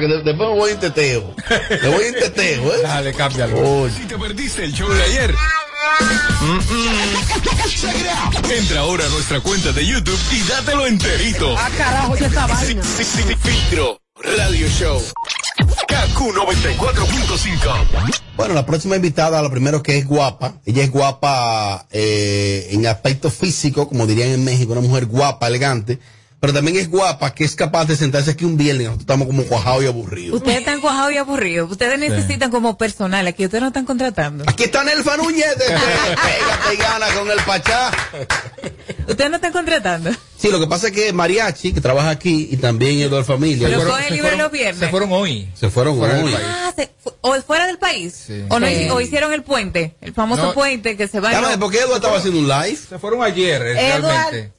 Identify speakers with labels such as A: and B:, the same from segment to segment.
A: Después me voy a teteo. Le voy a teteo, ¿eh?
B: Dale, cámbialo.
C: Si te perdiste el show de ayer. Entra ahora a nuestra cuenta de YouTube y dátelo enterito.
D: Ah, carajo, ya está
C: Sí,
D: vaina.
C: sí, sí, sí, Filtro Radio Show. KQ 94.5.
A: Bueno, la próxima invitada, lo primero que es guapa. Ella es guapa eh, en aspecto físico, como dirían en México, una mujer guapa, elegante. Pero también es guapa que es capaz de sentarse aquí un viernes. Nosotros estamos como cuajados y aburridos.
D: Ustedes están cuajados y aburridos. Ustedes necesitan como personal. Aquí ustedes no están contratando. Ah,
A: Aquí está Nelfa Núñez. De Pégate y gana con el Pachá.
D: Ustedes no están contratando.
A: Sí, lo que pasa es que Mariachi, que trabaja aquí, y también el de familia.
D: Pero
A: ellos
D: coge libre los viernes.
B: Se fueron hoy.
A: Se fueron
B: Fuera del
A: hoy.
B: país.
D: Ah, se- fu- o fuera del país.
B: Sí.
D: O, no,
B: Sí.
D: hici- o hicieron el puente. El famoso
B: No.
D: puente que se va.
A: Dame, ¿por qué Eduardo estaba haciendo un live?
B: Se fueron ayer, eh,
D: Eduard.
B: realmente.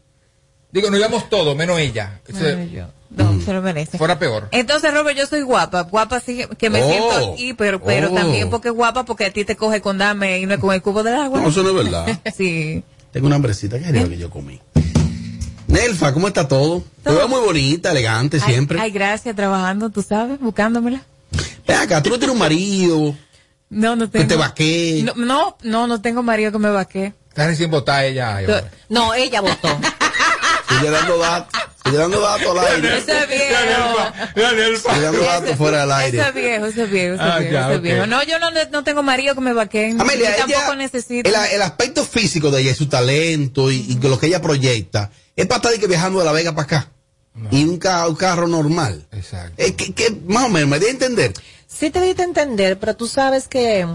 B: Digo, nos íbamos todos, menos ella. Se-
D: No, se lo merece.
B: fuera peor.
D: Entonces, Robert, yo soy guapa. Guapa sí que me
A: Oh.
D: siento hiper, pero
A: Oh.
D: también porque es guapa porque a ti te coge con dame y no es con el cubo del agua.
A: No, eso no es verdad.
D: Sí.
A: Tengo una hambrecita que era que yo comí. Nelfa, ¿cómo está todo? Te
D: Todo.
A: veo muy bonita, elegante
D: Ay-
A: siempre.
D: Ay, gracias, trabajando, tú sabes, buscándomela.
A: Ven acá, tú no tienes un marido Este
D: No, no
A: que
D: tengo.
A: te vaquee.
D: No, no, no, no tengo marido que me vaque.
B: Está recién votada ella.
D: No,
B: Eduard.
E: No, ella votó.
A: Sigue dando datos. Sigue dando datos al aire.
D: Eso es viejo.
A: Sigue dando datos fuera del
D: Eso
A: aire.
D: es viejo, eso es viejo, eso es
B: Ah,
D: viejo,
B: ya,
D: eso es
B: ok.
D: viejo. No, yo no, no tengo marido que me vaque.
A: Amelia,
D: y tampoco
A: ella,
D: necesito.
A: El, el aspecto físico de ella, su talento y, y lo que ella proyecta, es para estar de que viajando de La Vega para acá. Y un, ca- un carro normal.
B: Exacto.
A: Es que, que más o menos, me di a entender.
E: Sí te diste a entender, pero tú sabes que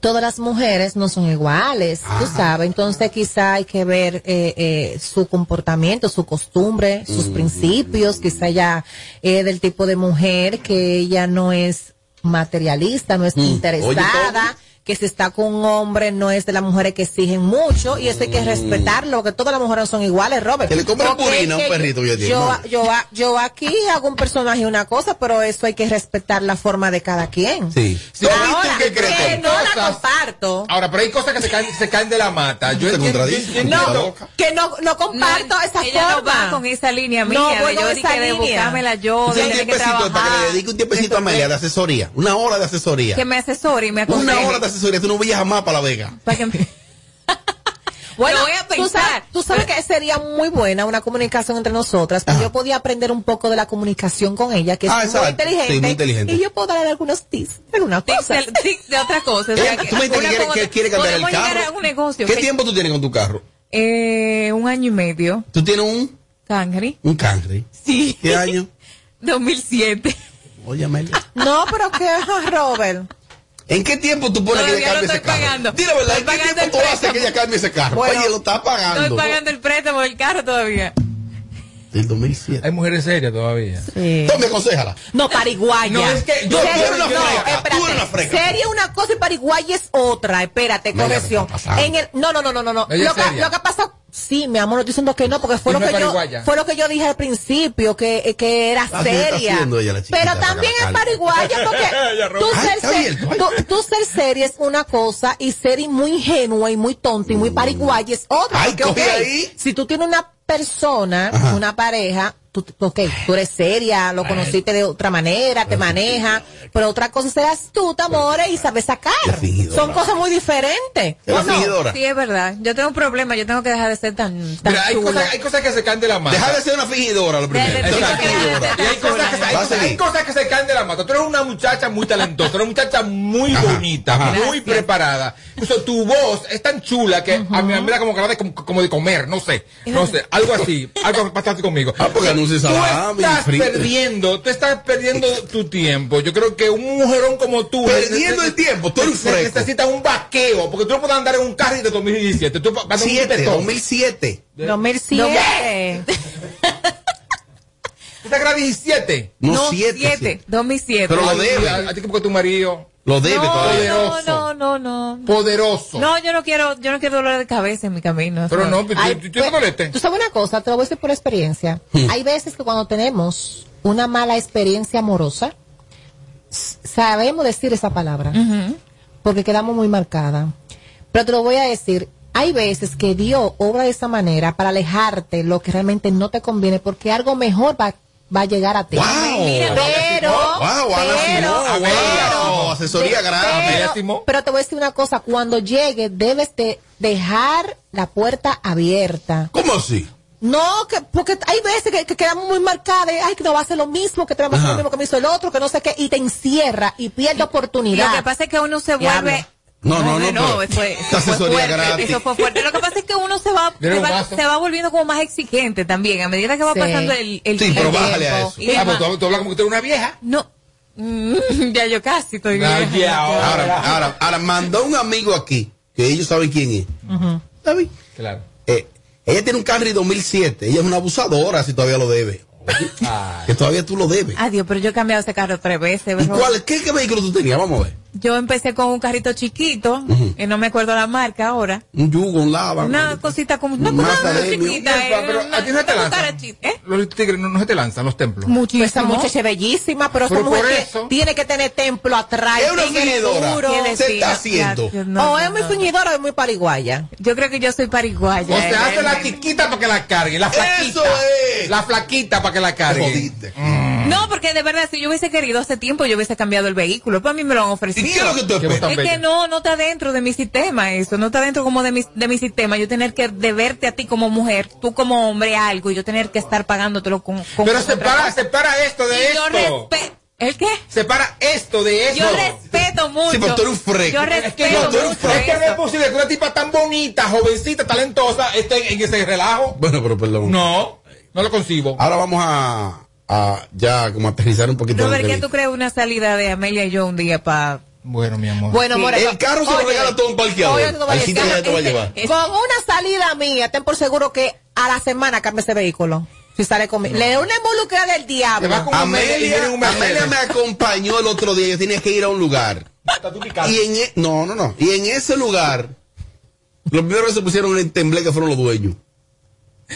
E: todas las mujeres no son iguales, tú sabes. Entonces quizá hay que ver eh, eh, su comportamiento, su costumbre, sus principios. Quizá ella es del tipo de mujer que ella no es materialista, no es interesada. que si está con un hombre no es de las mujeres que exigen mucho y eso hay que respetarlo, porque todas las mujeres no son iguales, Robert.
A: Que le compren
E: Porque
A: purina a un
E: es que
A: perrito que
E: yo,
A: ella tiene, ¿no?
E: yo, a- yo aquí hago un personaje y una cosa, pero eso hay que respetar la forma de cada quien.
A: Sí.
B: Sí,
E: Ahora,
B: ¿tú qué crees?
E: que
B: Hay
E: no la
B: cosas-
E: comparto.
B: Ahora, pero hay cosas que se caen, se caen de la mata. Yo
A: Te
B: entiendo-
A: contradices.
B: yo entiendo-
E: No, que no, no comparto esa
D: ella no
E: forma.
D: va con esa línea mía.
E: No
D: de
E: voy
D: yo
E: con
D: dije
E: esa
D: de
E: línea.
D: buscármela yo,
A: O
D: Oh, de
A: sea, un
D: tener que
A: tiempecito para que le
D: trabajar.
A: dedique un tiempecito a Amelia de asesoría. Una hora de asesoría.
D: Que me asesore y me aconseje.
A: Una hora de asesoría, tú no vayas jamás para La Vega.
D: Para que me-
E: Bueno,
D: Lo voy a
E: tú
D: pensar.
E: sabes, tú sabes que sería muy buena una comunicación entre nosotras, porque
A: Ajá.
E: yo podía aprender un poco de la comunicación con ella, que es
A: Ah,
E: muy,
A: exacto.
E: inteligente,
A: Sí, muy inteligente.
E: Y yo puedo darle algunos tips, algunas
D: Tips
E: cosas.
D: de, tips de otra cosa. o sea,
A: Eh, ¿Tú me dices
D: una
A: que quiere,
D: con
A: que
D: otra.
A: quiere cambiar el
D: Podemos llegar
A: carro?
D: a un negocio.
A: ¿Qué
D: que-
A: tiempo tú tienes con tu carro?
D: Eh, un año y medio.
A: Tú tienes un,
D: Cangri.
A: un cangre.
D: Sí.
A: ¿Qué año?
D: 2007.
A: Oye, Amelia.
E: No, pero que, ajá, Robert.
A: ¿En qué tiempo tú pones que
D: Todavía
A: ella cambie
D: lo
A: ese
D: estoy
A: carro?
D: pagando.
A: Dile la
D: Estoy
A: verdad, ¿en qué
D: pagando
A: tiempo
D: el
A: tú haces
D: préstamo.
A: que ella cambie ese carro?
E: Bueno.
A: Oye, lo está pagando.
D: Estoy pagando el préstamo del carro todavía.
A: Del
B: Hay
A: 2007.
B: mujeres serias todavía.
A: Entonces, me aconsejala.
E: No, pariguaya.
B: No, es que yo-
E: Serio-
B: tú eres una
E: no,
B: freca,
E: espérate.
A: tú eres una freca.
E: Seria una cosa y pariguaya es otra. Espérate,
A: Venga,
E: corrección.
A: ¿qué está pasando?
E: En el, no, no, no, no, no. no.
B: Ella
E: Lo
B: es
E: que,
B: seria.
E: lo que pasa, sí, mi amor, no estoy diciendo que no, porque
B: Y
E: fue lo
B: no es
E: que yo,
B: pariguaya.
E: fue lo que yo dije al principio, que, eh, que era
A: Ah, sí, está
E: seria.
A: haciendo ella la chiquita,
E: Pero también
A: la
E: es
A: calma.
E: pariguaya
B: Ella
E: porque tú
A: Ay,
E: ser,
A: está
E: se-
A: bien, ay.
E: tú- tú ser seria es una cosa y ser y muy ingenua y muy tonta y muy pariguaya es otra.
A: Mm. Ay,
E: porque,
A: cogí
E: ok,
A: ahí.
E: si tú tienes una persona,
A: Ajá.
E: una pareja, tú, tú- ok, tú eres seria, lo conociste de otra manera, te maneja, pero otra cosa serás tú, amores, y sabes sacar.
A: Qué fingidora.
E: Son cosas muy diferentes.
A: Es la
E: ¿o no?
A: fingidora.
D: Sí, es verdad. Yo tengo un problema. Yo tengo que dejar de ser tan, tan
B: Mira, hay
D: chula.
B: cosas, hay cosas que se caen de la mata.
A: Deja de ser una fingidora lo primero.
D: Dale,
A: Sé una
D: tengo que dejar de
A: fingidora.
D: ser
B: Y hay cosas, que se, hay
A: Va a
B: cosas- hay
A: seguir.
B: cosas que se caen de la mata. Tú eres una muchacha muy talentosa, una muchacha muy bonita, muy preparada. Incluso tu voz es tan chula que a mí a mí me da como ganas de, com- como, de comer, no sé, no sé, algo así, algo pasado conmigo.
A: Ah, porque anuncias
B: Tú
A: salami,
B: estás
A: frito.
B: perdiendo, tú estás perdiendo tu tiempo. Yo creo que un mujerón como tú...
A: Perdiendo
B: nece-
A: el tiempo, tú eres
B: nece-
A: fresco.
B: Necesitas un vaqueo, porque tú no puedes andar en un carril de 2017. Tú vas a un
A: Siete,
B: petón.
A: 2007.
E: 2007.
B: Tú estás grave 17.
A: No, siete. siete.
D: 2007.
A: Pero lo
B: Ay,
A: debe.
B: A a ti porque tu marido...
A: Lo debe todavía.
D: no,
B: Poderoso.
D: no, no, no, no.
B: poderoso.
D: No, yo no quiero, yo no quiero dolor de cabeza en mi camino. o
B: pero
D: sea.
B: no, pero
E: Ay,
B: tú, tú, tú no
E: pues,
B: molestes.
E: tú sabes una cosa, te lo voy a decir por experiencia. Hay veces que cuando tenemos una mala experiencia amorosa, s- sabemos decir esa palabra, porque quedamos muy marcada. Pero te lo voy a decir, hay veces que Dios obra de esa manera para alejarte lo que realmente no te conviene, porque algo mejor va, va a llegar a ti.
A: ¡Wow!
E: Pero,
A: Wow, Ana
E: pero,
A: Simón,
E: pero-
A: wow, asesoría grande.
B: Ana
E: pero,
B: Simón.
E: pero te voy a decir una cosa, cuando llegue debes de dejar la puerta abierta.
A: ¿Cómo así?
E: No, que, porque hay veces que, que quedamos muy marcadas, de, ay, que no va a hacer lo mismo, que te va a hacer
A: Ajá.
E: lo mismo que me hizo el otro, que no sé qué, y te encierra y pierde oportunidad.
D: Lo que pasa es que uno se vuelve.
E: Diablo.
A: No, no, no,
D: No,
A: pero-
D: eso fue-
A: Esta
D: eso fue
A: asesoría
D: fuerte,
A: gratis.
D: eso fue fuerte. Lo que pasa es que uno se va,
B: Mira
D: se
B: un
D: va,
B: vaso.
D: se va volviendo como más exigente también a medida que va
E: Sí.
D: pasando el, el
A: Sí,
D: el
A: pero
D: tiempo.
A: bájale a eso.
D: Y
B: Ah, pues
D: demás.
B: tú, tú hablas como que tú eres una vieja.
D: No, Mm, ya yo casi estoy
B: Ah,
D: vieja.
B: ya,
A: Ahora, ahora, ahora mandó un amigo aquí, que ellos saben quién es. ¿Está bien?
B: Claro.
A: Eh, ella tiene un Camry 2007. Ella es una abusadora si todavía lo debe.
B: Ay.
A: Que todavía tú lo debes.
D: Adiós, pero yo he cambiado ese carro tres veces.
A: ¿Y
D: bro.
A: cuál, qué, qué vehículo tú tenías? Vamos a ver.
D: Yo empecé con un carrito chiquito, que no me acuerdo la marca ahora.
A: Un yugo, un lava.
D: Una cosita como una cosa
A: Mazda
D: muy
A: Demio.
D: chiquita. eh,
B: Pero,
D: era
B: pero
D: una-
B: a ti no te
D: una
B: lanzan.
D: cucarachi- ¿Eh?
B: Los tigres no, no se te lanzan los templos.
E: Pero Esa muchacha es bellísima, pero,
B: Pero
E: esa mujer
B: por
E: que-
B: eso-
E: tiene que tener templo atrás.
A: Es una
E: tigre
A: fingidora.
E: duro.
A: ¿Qué
D: Qué
A: se está
D: destino.
A: haciendo?
D: Ya, no,
E: o
D: no,
E: Oh, es muy
D: no.
E: fuñidora o es muy pariguaya.
D: Yo creo que yo soy pariguaya.
B: O se
D: eh,
B: hace
D: eh,
B: la chiquita para que la cargue, la flaquita.
A: Eso es.
B: La flaquita para que la
A: Te
B: cargue. Mm.
A: jodiste.
D: No, porque de verdad, si yo hubiese querido hace tiempo, yo hubiese cambiado el vehículo. Para mí me lo han
A: ¿Y
D: ofrecido.
A: qué es lo que tú
B: Qué
A: esperas?
B: botón.
D: Es que
B: Bello.
D: no, no está dentro de mi sistema eso, no está dentro como de mi, de mi sistema. Yo tener que deberte a ti como mujer, tú como hombre algo, y yo tener que estar pagándotelo con... con
B: Pero
D: con otra
B: separa,
D: cosa.
B: separa esto de
D: Y yo
B: esto.
D: respe- ¿El qué?
B: Separa esto de esto.
D: Yo respeto mucho.
A: Sí, pero tú eres un freco.
D: Yo
A: Es que
B: Es que no,
D: respeto
B: tú eres un
D: mucho
B: freco. Es que no es
D: eso.
B: posible que una tipa tan bonita, jovencita, talentosa, esté en ese relajo.
A: Bueno, pero perdón.
B: No, no lo concibo.
A: Ahora vamos a, a ya como aterrizar un poquito.
D: Robert,
A: lo que
D: ¿qué
A: vi.
D: tú crees una salida de Amelia y yo un día para...
B: Bueno, mi amor.
E: Bueno, amores,
A: el carro se lo
E: oye,
A: regala todo un parqueador.
E: oye, te voy a
A: Al
E: decir,
A: sitio que ella te va a llevar.
E: Con una salida mía, ten por seguro que a la semana cambia ese vehículo. Si sale conmigo. Le da una involucrada del
A: Ah,
B: Te vas
E: diablo.
B: con Amelia,
A: pues Amelia,
B: viene un Mercedes.
A: Amelia me acompañó el otro día. Yo tenía que ir a un lugar.
B: Está tú picante.
A: Y en e- no, no, no. Y en ese lugar, los primeros que se pusieron en temblé que fueron los dueños.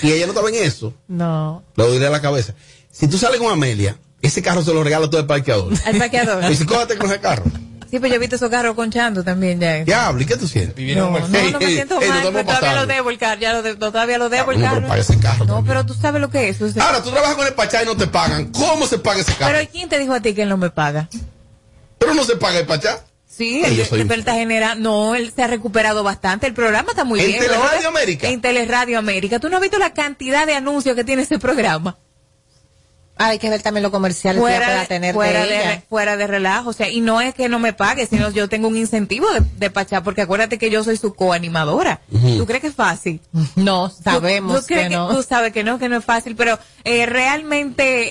A: Y ella no estaba en eso.
E: No.
A: Le diré a la cabeza. Si tú sales con Amelia, ese carro se lo regala todo el parqueador.
D: Al parqueador.
A: Y si cógate con ese carro.
D: sí, pero yo he visto esos carros conchando también ya.
A: Diablo, ¿y qué tú sientes?
B: Y viene
D: No,
B: un
D: no,
B: Mercedes.
D: no me
A: Ey,
D: siento
A: ey,
D: mal,
A: nos
D: pero
A: eh, estamos
D: todavía lo
A: pasando.
D: debo el carro, ya lo de- todavía lo debo el
A: Ah, no,
D: carro.
A: pero paga ese carro
D: No,
A: también.
D: pero tú sabes lo que es. o sea,
A: Ahora, tú trabajas con el Pachá y no te pagan. ¿Cómo se paga ese carro?
D: pero ¿quién te dijo a ti que él no me paga?
A: Pero no se paga el Pachá.
D: Sí,
A: Ey,
D: el
A: yo
D: de
A: soy
D: de
A: un-
D: Peralta General, no, él se ha recuperado bastante, el programa está muy
A: ¿En
D: bien.
A: Teleradio
D: ¿verdad?
A: América?
D: En Teleradio América. ¿Tú no has visto la cantidad de anuncios que tiene ese programa?
E: Hay que ver también los comerciales que ella pueda tener
D: fuera,
E: de ella.
D: re- fuera de relajo, o sea, y no es que no me pague, sino yo tengo un incentivo de, de Pachá, porque acuérdate que yo soy su coanimadora. ¿Tú crees que es fácil?
E: No,
D: Tú-
E: sabemos
D: tú
E: que,
D: crees
E: no.
D: Tú sabes que no, que no es fácil, pero eh, realmente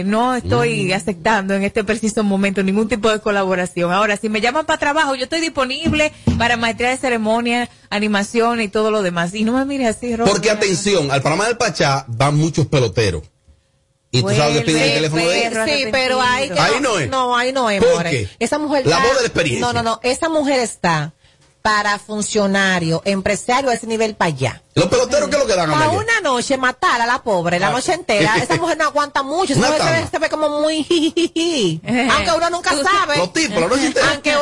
D: eh, no
A: Mm.
D: estoy aceptando en este preciso momento ningún tipo de colaboración. Ahora, si me llaman para trabajo, yo estoy disponible para maestría de ceremonia, animación y todo lo demás. Y no me mires así, Robert.
A: Porque atención, al programa del Pachá van muchos peloteros. Y tú sabes que piden el
D: Vuelve,
A: teléfono de
D: perro.
E: Sí, pero ahí, que
A: Ahí no es.
E: No, ahí no es,
A: ¿Por
E: more.
A: qué?
E: Esa mujer
A: La
E: está-
A: voz de la experiencia.
E: No, no, no. Esa mujer está para funcionario, empresario a ese nivel para allá.
A: Los peloteros, ¿qué es lo que dan,
E: Para
A: Amelia?
E: una noche matar a la pobre, la noche entera. Esa mujer no aguanta mucho. Esa
A: Ah, Una
E: mujer se ve,
A: tanda.
E: se ve como muy jijijiji.
D: Eh.
E: Aunque uno nunca sabe.
A: Los tipos, la noche entera.
E: Aunque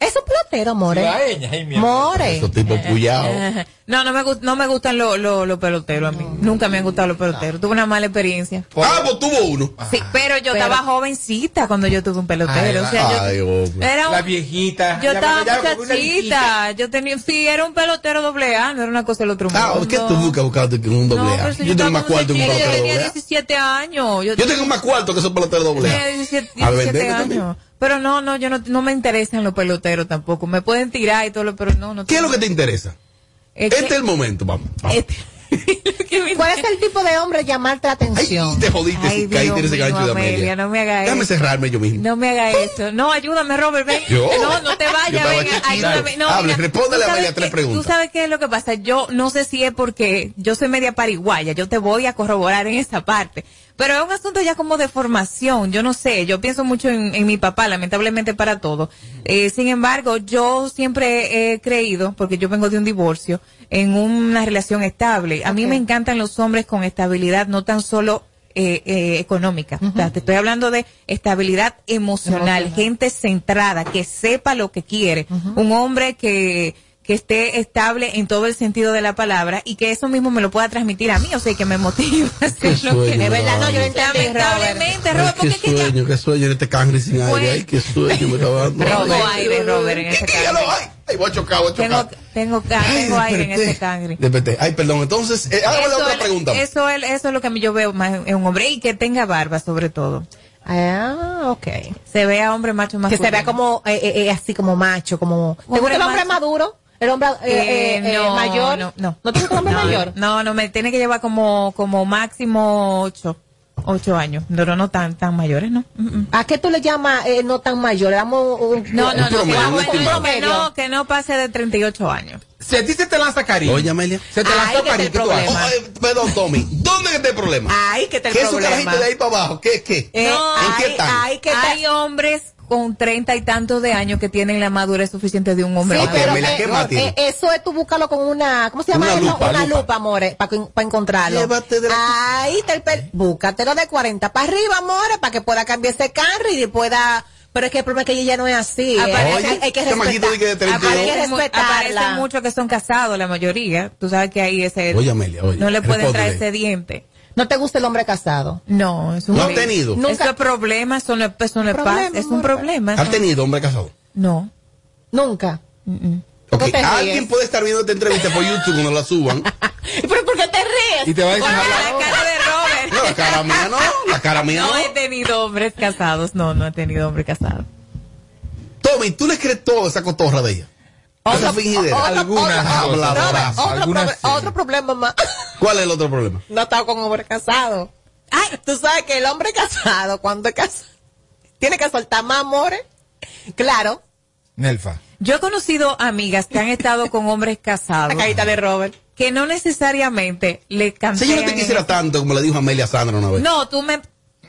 E: es un pelotero, More.
B: Ciudadeña, ay, mi amor.
E: More.
A: Esos tipos puyados.
D: Ajá. No, no me, gust- no me gustan los los- los peloteros a mí. Nunca me han gustado los
B: Ah.
D: peloteros. Tuve una mala experiencia.
A: Ah, pues tuvo uno.
D: Sí, pero yo estaba jovencita cuando yo tuve un pelotero.
B: Ay,
D: o sea, yo-
A: Ay, hombre.
D: era un-
B: La viejita.
D: Yo
B: Ya
D: estaba
B: ya como una viejita.
D: muchachita. Yo tenía, sí, era un pelotero doble A, no era una cosa del otro
A: Ah,
D: mundo.
A: ¿qué tú nunca buscaste que un
D: No,
A: doble
D: pero
A: A?
D: si
A: Yo tengo
D: estaba
A: más cuarto que un
D: muchachita,
A: pelotero
D: Yo tenía
A: doble A.
D: 17 años. Yo,
A: Yo tengo más cuarto que esos peloteros doble
D: tenía
A: A.
D: 17,
A: A
D: 17
A: vender
D: años.
A: también.
D: Pero no, no, yo no, no me interesan los peloteros tampoco. Me pueden tirar y todo, lo- pero no, no.
A: ¿Qué es lo que te interesa?
D: Es que-
A: Este es el momento, vamos. vamos.
D: este- lo que me-
E: ¿Cuál es el tipo de hombre llamarte la
A: Ay,
E: atención?
A: te jodiste
D: Ay,
A: si caíste en
D: Dios
A: ese gancho
D: mío,
A: de Amelia.
D: Amelia, no me haga
A: Déjame
D: eso.
A: cerrarme yo mismo.
D: No me haga eso. No, ayúdame, Robert. Ven.
A: Yo.
D: No, no te
A: Yo
D: vayas.
A: estaba
D: Ven,
A: chiquito.
D: ayúdame. No,
A: Hable,
D: mira,
A: respóndele
D: tú
A: a
D: sabes
A: Amelia tres
D: que-
A: preguntas.
D: Tú sabes qué es lo que pasa. Yo no sé si es porque yo soy media pariguaya. Yo te voy a corroborar en esa parte. Pero es un asunto ya como de formación. Yo no sé. Yo pienso mucho en, en mi papá, lamentablemente para todo. Eh, sin embargo, yo siempre he creído, porque yo vengo de un divorcio, en una relación estable. A mí
E: Ok.
D: me encantan los hombres con estabilidad, no tan solo eh, eh, económica. O sea, te estoy hablando de estabilidad emocional, gente centrada, que sepa lo que quiere. Un hombre que que esté estable en todo el sentido de la palabra y que eso mismo me lo pueda transmitir a mí, o sea, y que me motive a hacer
A: Qué
D: lo que
A: sueño,
E: Es verdad, no, yo lo entendí, Robert.
D: Lamentablemente, Robert,
A: qué
D: porque es que ya
A: sueño, qué sueño en este cangre sin aire.
D: Pues-
A: Ay, qué sueño, me estaba dando.
D: tengo aire, Robert, en ese
A: Ya lo
D: cangre.
A: hay. Ay, voy a chocar, voy a
D: Tengo,
A: chocar.
D: tengo, ca-
A: Ay,
D: tengo aire en
A: desperté.
D: ese cangre.
A: Desperté. Ay, perdón. Entonces, eh, hágame la
D: Eso
A: otra
D: es-
A: pregunta.
D: Eso es, eso es lo que yo veo más en un hombre y que tenga barba sobre todo.
E: Ah, ok.
D: Se vea hombre macho más
E: Que se vea como, eh, eh, eh, así como macho, como... ¿Te gusta el hombre
D: macho.
E: maduro? ¿El hombre eh, eh, eh, mayor?
D: No,
E: no. ¿No te gusta el hombre
D: No,
E: mayor?
D: No, no, me tiene que llevar como, como máximo ocho, ocho años. No, no, no tan, tan mayores, ¿no? Mm, mm.
E: ¿A qué tú le llamas eh, no tan mayor? Le damos un-
D: No, no,
A: Un
D: no, que,
A: promedio, un
D: bajo el-
A: estimado.
D: que no, que no pase de 38 años.
B: Si a ti se te lanza cariño.
A: Oye, Amelia.
B: Se te
E: Ay,
B: lanza
E: que es
B: cariño.
E: el
B: ¿Qué tú
A: Oh,
B: haces?
E: problema.
A: eh, perdón, Tommy. ¿Dónde que está el problema?
E: Ay, que te el
A: ¿Qué es su
E: problema.
A: carajito de ahí para abajo? ¿Qué, qué?
D: Eh, No,
A: ¿En qué
E: ay,
A: están?
E: ay, que te-
D: Hay hombres con treinta y tantos de años que tienen la madurez suficiente de un hombre.
E: Sí,
A: Ok,
E: pero
A: me la
E: eh,
A: quema,
E: eh,
A: tío.
E: eso es tú búscalo con una, ¿cómo se llama
A: Una
E: eso?
A: lupa,
E: una
A: lupa.
E: lupa, amores, para encontrarlo.
A: Llévate de la-
E: Ahí te el pel- búscatelo de 40 para arriba, amores, para que pueda cambiar ese carro y pueda, pero es que el problema es que ella ya no es así.
D: Oye,
E: eh, hay, hay que
A: este maquito
E: respetar.
A: de que de 32.
E: Hay que
D: Aparecen mu- aparecen
E: respetarla.
D: muchos que son casados, la mayoría. Tú sabes que ahí ese.
A: Oye, Amelia, oye,
D: no le pueden traer
A: respóndele.
D: ese diente.
E: No te gusta el hombre casado.
D: No, es un
A: No ha
D: problema.
A: tenido.
D: Eso
E: Nunca-
D: es problema, eso no es, eso no es
E: Problema,
D: paz, es un
E: amor.
D: problema. eso
A: ¿Has
D: no-
A: tenido hombre casado?
D: No.
E: Nunca.
A: Ok,
E: No te ríes.
A: Alguien puede estar viendo esta entrevista por YouTube cuando la suban.
E: ¿Pero por qué te ríes?
B: Y te va a decir,
D: Porque
B: "Habla".
D: la cara de Robert.
A: No, la cara mía no, la cara mía
D: No he
A: no.
D: tenido hombres casados, no, no he tenido hombre casado.
A: Tommy, ¿tú le crees todo esa cotorra de ella? Esa fingidera.
E: otro-
B: Algunas
A: otro-
B: cosas.
A: otro-
B: Robert,
A: otro-
E: Otro,
B: algunas
E: proble-
B: sí.
E: otro problema más.
A: ¿Cuál es el otro problema?
E: no estaba con hombre casado. Ay, tú sabes que el hombre casado, cuando es casado, tiene que soltar más amores. Claro,
B: Nelfa.
D: Yo he conocido amigas que han estado con hombres casados
E: la carita de Robert.
D: que no necesariamente le
A: Si
D: cancelan.
A: yo no te quisiera tanto como le dijo Amelia Sandra una vez.
D: No, tú me.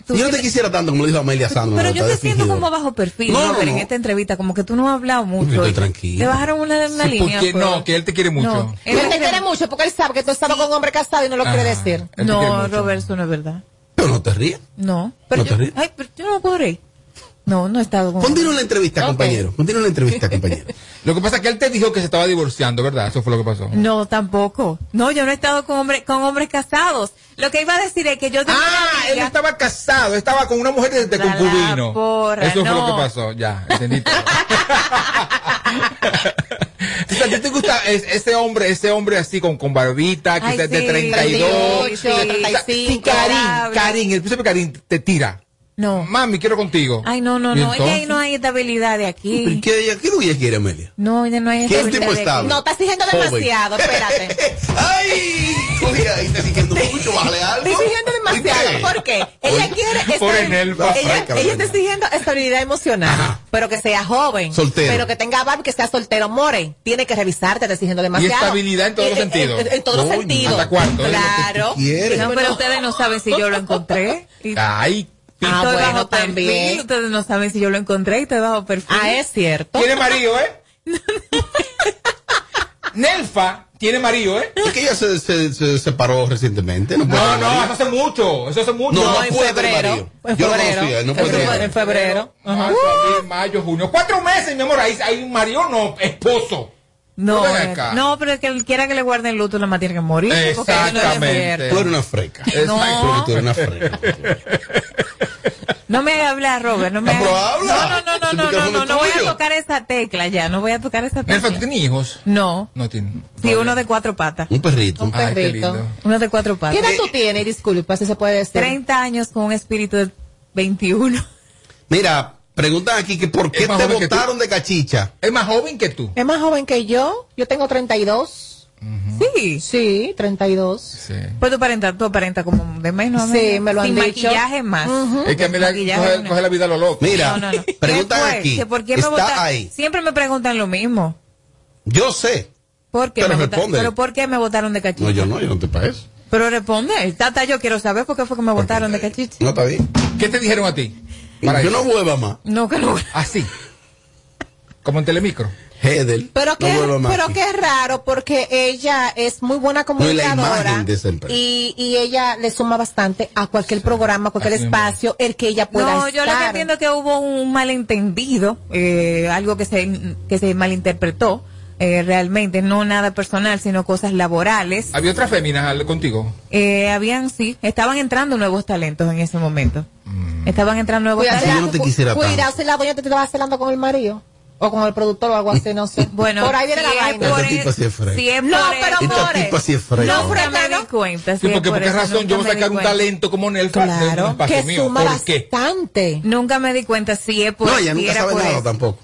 D: tú
A: Si yo no
D: sí
A: te
D: me-
A: quisiera tanto como le dijo Amelia Sandra
D: Pero
A: una vez.
D: yo te
A: estás
D: siento
A: fingidera.
D: como bajo perfil,
A: No, no,
D: Robert, en
A: no.
D: esta entrevista, como que tú no has hablado mucho.
A: Yo estoy tranquilo.
D: Te bajaron una de una
B: Sí,
D: línea.
B: porque
D: Robert.
B: no, que él te quiere mucho.
D: No, él
E: Él te
D: te-
E: quiere mucho porque él sabe que tú has estado con hombre casado y no lo quiere
B: Ajá.
E: decir.
B: Él te
D: No,
B: quiere mucho.
D: Robert, eso no es verdad.
A: Pero no te rías.
D: No, pero,
A: ¿No te
D: yo,
A: ríes?
D: ay, pero yo no puedo reír. No, no he estado con.
A: Continúa la entrevista,
E: Ok.
A: compañero. Continúa la entrevista, compañero.
B: Lo que pasa es que él te dijo que se estaba divorciando, ¿verdad? Eso fue lo que pasó.
D: No, tampoco. No, yo no he estado con hombres con hombres casados. Lo que iba a decir es que yo tengo
B: Ah,
D: una
B: él
D: amiga-
B: estaba casado, estaba con una mujer de, de
D: La la
B: concubino.
D: porra,
B: Eso fue lo
D: no.
B: que pasó, ya, entendí. todo. Entonces, ¿a ti te gusta es- ese hombre, ese hombre así con, con barbita, que
D: Ay,
B: es de
D: sí,
B: 32?
D: sí, sí,
B: O sea, sí,
E: 35,
B: Karim,
D: habla.
B: Karim, el príncipe Karim te tira.
D: No.
B: Mami, quiero contigo.
D: Ay, no, no,
B: ¿Y
D: no. Es que ahí no
B: entonces?
D: hay estabilidad de
A: ¿Y
D: aquí.
A: qué ella, qué es lo que ella quiere, Amelia?
D: No, ya no hay
A: ¿Qué
D: estabilidad
A: tipo
D: de
A: estable?
D: aquí.
E: No, está exigiendo
A: Joven.
E: demasiado, espérate.
A: ¡Ay! Oye, ahí está diciendo mucho, bájale algo.
E: Está exigiendo demasiado.
A: ¿Por
E: ¿Por
A: qué?
E: qué? Ella
B: Por-
E: quiere
B: por
E: estabil-
B: Enelva.
E: Ella,
A: Franca,
E: ella
A: Brenda.
E: está exigiendo estabilidad emocional, pero que sea joven,
A: Soltero.
E: pero que tenga barba y que sea soltero, more. Tiene que revisarte, está exigiendo demasiado.
B: estabilidad en todos los
E: En- en-
B: sentidos.
E: En, en todos los
A: Coño.
E: sentidos.
B: Hasta cuarto, ¿eh?
E: Claro.
A: Lo que tú quieres.
D: No, pero ustedes no saben si yo lo encontré. Y
B: Ay, pi-
E: Ah,
D: estoy
E: bueno,
D: bajo perfil.
E: también.
D: Ustedes no saben si yo lo encontré y estoy bajo perfil.
E: Ah, es cierto.
B: tiene marido, ¿eh? Nelfa tiene marido, ¿eh?
A: Es que ella se, se, se separó recientemente. No, puede
B: No,
A: tener
B: no,
A: marido.
B: eso hace mucho, eso hace mucho.
A: No,
E: No,
A: no
E: en
A: puede tener
E: febrero.
A: marido.
E: En
A: Yo lo
E: febrero.
A: conocía, él no
E: En
A: puede tener marido.
E: febrero. En febrero.
B: Ajá, abril, mayo, junio. Cuatro meses, mi amor. Ahí hay un marido, no, esposo.
D: No,
B: Pero ven
D: eh,
B: acá.
D: no, pero que él quiera que le guarden luto, la más tiene que morir. porque ella no es mujer.
A: Tú eres una freca.
D: No.
A: Porque tú eres una freca.
D: No me hagas hablar, Robert. No me
A: Ah, pero
D: hagas-
A: habla.
D: No, no,
A: Si
D: no, no,
A: porque
D: no, no,
A: eso no
D: no,
A: es
D: voy a
A: tuyo.
D: tocar esa tecla ya. No voy a tocar esa
B: Nelfa, ¿tú
D: tecla.
B: tienes hijos?
D: No.
B: No tiene.
D: Sí, uno de cuatro patas.
A: Un perrito.
E: Ay, qué lindo.
D: Uno de cuatro
E: ¿Qué
D: patas.
E: edad tú tienes? Disculpa, si se puede decir.
D: 30 años con un espíritu de 21.
A: Mira, preguntan aquí que por qué
B: Es más
A: te
B: joven que tú.
A: votaron de cachicha.
B: Es más joven que tú.
E: ¿Es más joven que yo? Yo tengo 32.
D: Sí.
E: Sí, 32.
B: Sí.
D: Pues tú aparentas, tú aparentas como de menos a
E: Sí,
D: menos.
E: me lo han
D: Sin
E: dicho.
D: maquillaje más.
B: Es que a mí la,
D: Maquillaje
B: coge,
D: no.
B: coge la vida a lo loco.
A: Mira,
D: No, no, no.
A: preguntan
D: ¿Qué fue?
A: aquí.
D: ¿Que por qué me
A: está
D: votaron?
A: ahí.
D: Siempre me preguntan lo mismo.
A: Yo sé.
D: ¿Por qué
A: Pero
D: me vota-
A: responde.
D: ¿Pero por qué me votaron de cachicha?
A: No, yo no, yo no te parezco.
D: Pero responde. Tata, yo quiero saber por qué fue que me votaron de cachicha.
A: No, está bien.
B: ¿Qué te dijeron a ti? Para
A: yo
B: eso.
A: no vuelva más.
D: No, que no.
B: Así. Como en telemicro.
A: Hedel.
E: Pero qué,
A: no vuelva más
E: pero
A: aquí.
E: qué raro, porque ella es muy buena
A: No, y la imagen
E: comunicadora.
A: de esa empresa.
E: y, y ella le suma bastante a cualquier programa, a cualquier
B: Así mismo.
E: espacio, el que ella pueda
D: No, yo lo que
E: estar.
D: entiendo es que hubo un malentendido, eh, algo que se, que se malinterpretó. eh, realmente, no nada personal, sino cosas laborales.
B: ¿Había otras féminas al- contigo?
D: Eh, habían, sí, estaban entrando nuevos talentos en ese momento.
B: Mm.
D: Estaban entrando nuevos
E: Cuidado,
A: si yo
D: talentos.
A: no te quisiera tanto.
E: cuidado si la doña te, te va celando con el marido o con el productor o algo así, no sé.
D: Bueno,
E: por ahí viene la
D: si es
E: vaina.
D: por
A: Esta tipa Este sí es
D: eso-
A: fresca.
D: si es
E: No,
D: por
E: pero
D: eso-
A: Esta
E: amores,
A: tipa sí es fresca.
E: no,
D: Nunca
E: frega,
D: me di
E: ¿no?
D: cuenta.
B: Sí,
D: si es
B: porque por qué
D: eso,
B: razón
D: nunca
B: yo voy a
D: me di
B: sacar un
D: cuenta.
B: talento como Nelfa de un
E: Claro,
B: espacio
E: que
B: mío.
E: suma
B: ¿Por qué?
E: bastante.
D: Nunca me di cuenta si es por
A: No, ella
D: si
A: nunca
D: era
A: sabe
D: por
A: nada
D: eso.
A: tampoco.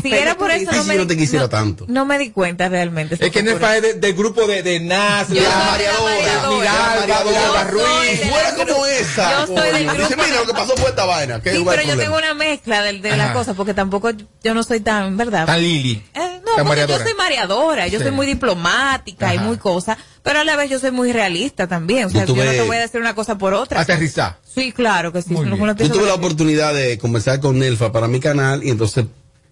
D: Si era por eso,
A: Ay,
D: no
A: si
D: me
A: yo
D: di-
A: no te quisiera
D: no-
A: tanto.
D: No me di cuenta realmente. si
B: Es que
D: fue por
B: Nelfa es de- del grupo de, de Nas,
D: Yo
B: de
D: soy
B: Ana
D: de la
B: María
D: María
B: Alba,
D: Dora.
B: Alba,
D: Yo
B: Alba
D: soy
B: Ruiz.
D: de la-
A: Fuera como esa.
D: Yo soy del
A: coño. Dice,
D: grupo-
A: mira, lo que pasó fue esta vaina. ¿Qué
D: Sí,
A: igual
D: pero yo
A: problema?
D: tengo una mezcla de, de las
B: Ajá.
D: cosas, porque tampoco yo no soy tan, ¿verdad?
B: Tan Lili.
D: Eh,
B: Tan
D: no, porque yo
B: mareadora.
D: soy mareadora, yo
B: Sí.
D: soy muy diplomática y
B: Ajá.
D: muy cosa, pero a la vez yo soy muy realista también. O sea,
A: Yo
D: yo no
A: tuve-
D: te voy a decir una cosa por otra.
B: Aterrizá.
D: Sí, claro que sí.
B: Muy
D: no
B: bien.
D: lo
A: Yo
D: pienso
A: tuve la
D: decir.
A: oportunidad de conversar con Nelfa para mi canal y entonces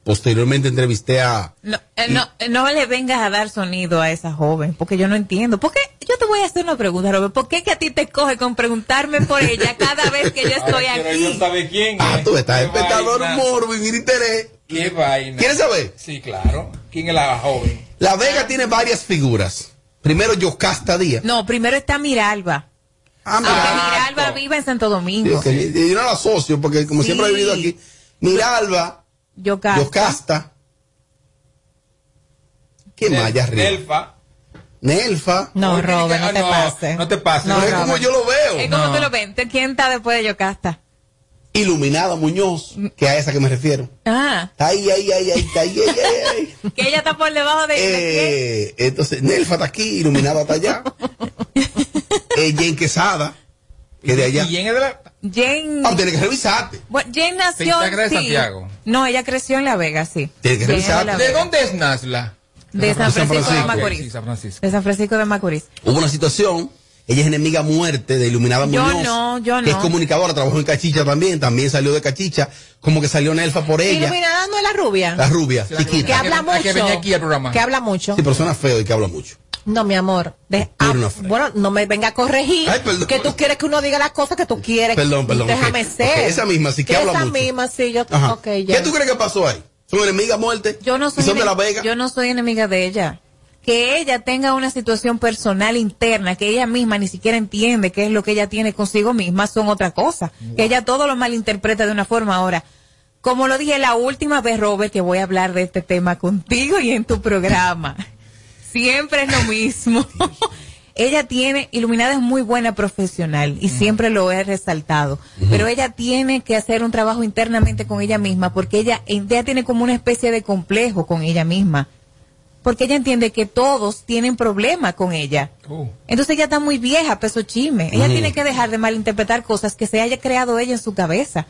A: posteriormente entrevisté a...
D: No, eh, no, eh, no le vengas a dar sonido a esa joven, porque yo no entiendo. ¿Por qué? Yo te voy a hacer una pregunta, Robert. ¿Por qué que a ti te coge con preguntarme por ella cada vez que yo estoy aquí?
B: sabe quién
A: Ah, tú estás espectador morbo y mira interés.
B: Qué vaina.
A: ¿Quieres saber?
B: Sí, claro. ¿Quién es la joven?
A: La Vega tiene varias figuras. Primero Yocasta Díaz.
D: No, primero está Miralba.
A: Ah,
D: Aunque
A: mira.
D: Miralba viva en Santo Domingo.
A: Digo que yo- yo no la asocio porque como
D: Sí.
A: siempre he vivido aquí. Miralba,
D: Yo casi.
A: Yocasta. ¿Qué más allá arriba?
B: Nelfa.
A: Nelfa.
E: No,
B: Oye,
E: Robert, no
B: ah,
E: te
B: no,
E: pases.
B: no te pases.
E: No,
A: Pero es como
E: Robert.
A: yo lo
D: Es
A: veo.
D: como
B: No.
D: tú lo ves. ¿Te- ¿Quién está después de Yocasta?
A: Iluminada Muñoz, que a esa que me refiero.
D: Ah,
A: Ay, ay, ay, ay, ay, ay, ay, ay.
D: que ella está por debajo de, de
A: Eh, entonces, Nelfa está aquí, iluminada está allá. eh, Jane Quesada, que de allá.
B: ¿Y quién es de la.?
D: quién? Jane.
A: Ah, tienes que revisarte.
D: Bueno, Jane nació.
B: Pinta que era de
D: sí.
B: Santiago.
D: No, ella creció en La Vega, sí.
A: Tienes que
D: Jane es de La
A: revisarte.
B: ¿De
D: Vega.
B: dónde es Nasla?
D: De San
A: San
D: Francisco de
A: Francisco.
B: Sí,
D: Macorís.
B: San Francisco.
D: De San Francisco de Macorís.
A: Hubo una situación. Ella es enemiga a muerte de Iluminada
D: Yo
A: Muñoz.
D: no, yo
A: Que es
D: no.
A: comunicadora, trabajó en Cachicha también. También salió de Cachicha. Como que salió Nelfa por ella.
E: Iluminada no es la rubia.
A: La rubia,
E: que
A: chiquita.
B: La que-
E: habla
B: la
E: mucho.
B: que venía aquí al programa.
E: Que habla mucho.
A: Sí, pero suena feo y que habla mucho.
E: No, mi amor. de-
A: Tú eres
E: ah,
A: una fresa.
E: bueno, no me venga a corregir.
A: Ay, perdón.
E: que tú quieres que uno diga las cosas que tú quieres.
A: Perdón, perdón,
E: Déjame
A: ok.
E: ser.
A: Ok, esa misma, sí, que habla
E: esa
A: mucho.
E: misma, sí, yo.
A: Ajá.
E: Ok, ya.
A: ¿Qué tú crees que pasó ahí? ¿Son enemigas a muerte?
D: Yo no soy
A: ¿Y son de
D: enemi-
A: La Vega?
D: Yo no soy enemiga de ella. Que ella tenga una situación personal interna, que ella misma ni siquiera entiende qué es lo que ella tiene consigo misma, son otra cosa. Que ella todo lo malinterpreta de una forma. Ahora, como lo dije la última vez, Robert, que voy a hablar de este tema contigo y en tu programa. Siempre es lo mismo. ella tiene, Iluminada es muy buena profesional y siempre lo he resaltado, pero ella tiene que hacer un trabajo internamente con ella misma porque ella, ella tiene como una especie de complejo con ella misma, porque ella entiende que todos tienen problemas con ella.
B: Uh.
D: Entonces ella está muy vieja, peso chisme. Ella tiene que dejar de malinterpretar cosas que se haya creado ella en su cabeza.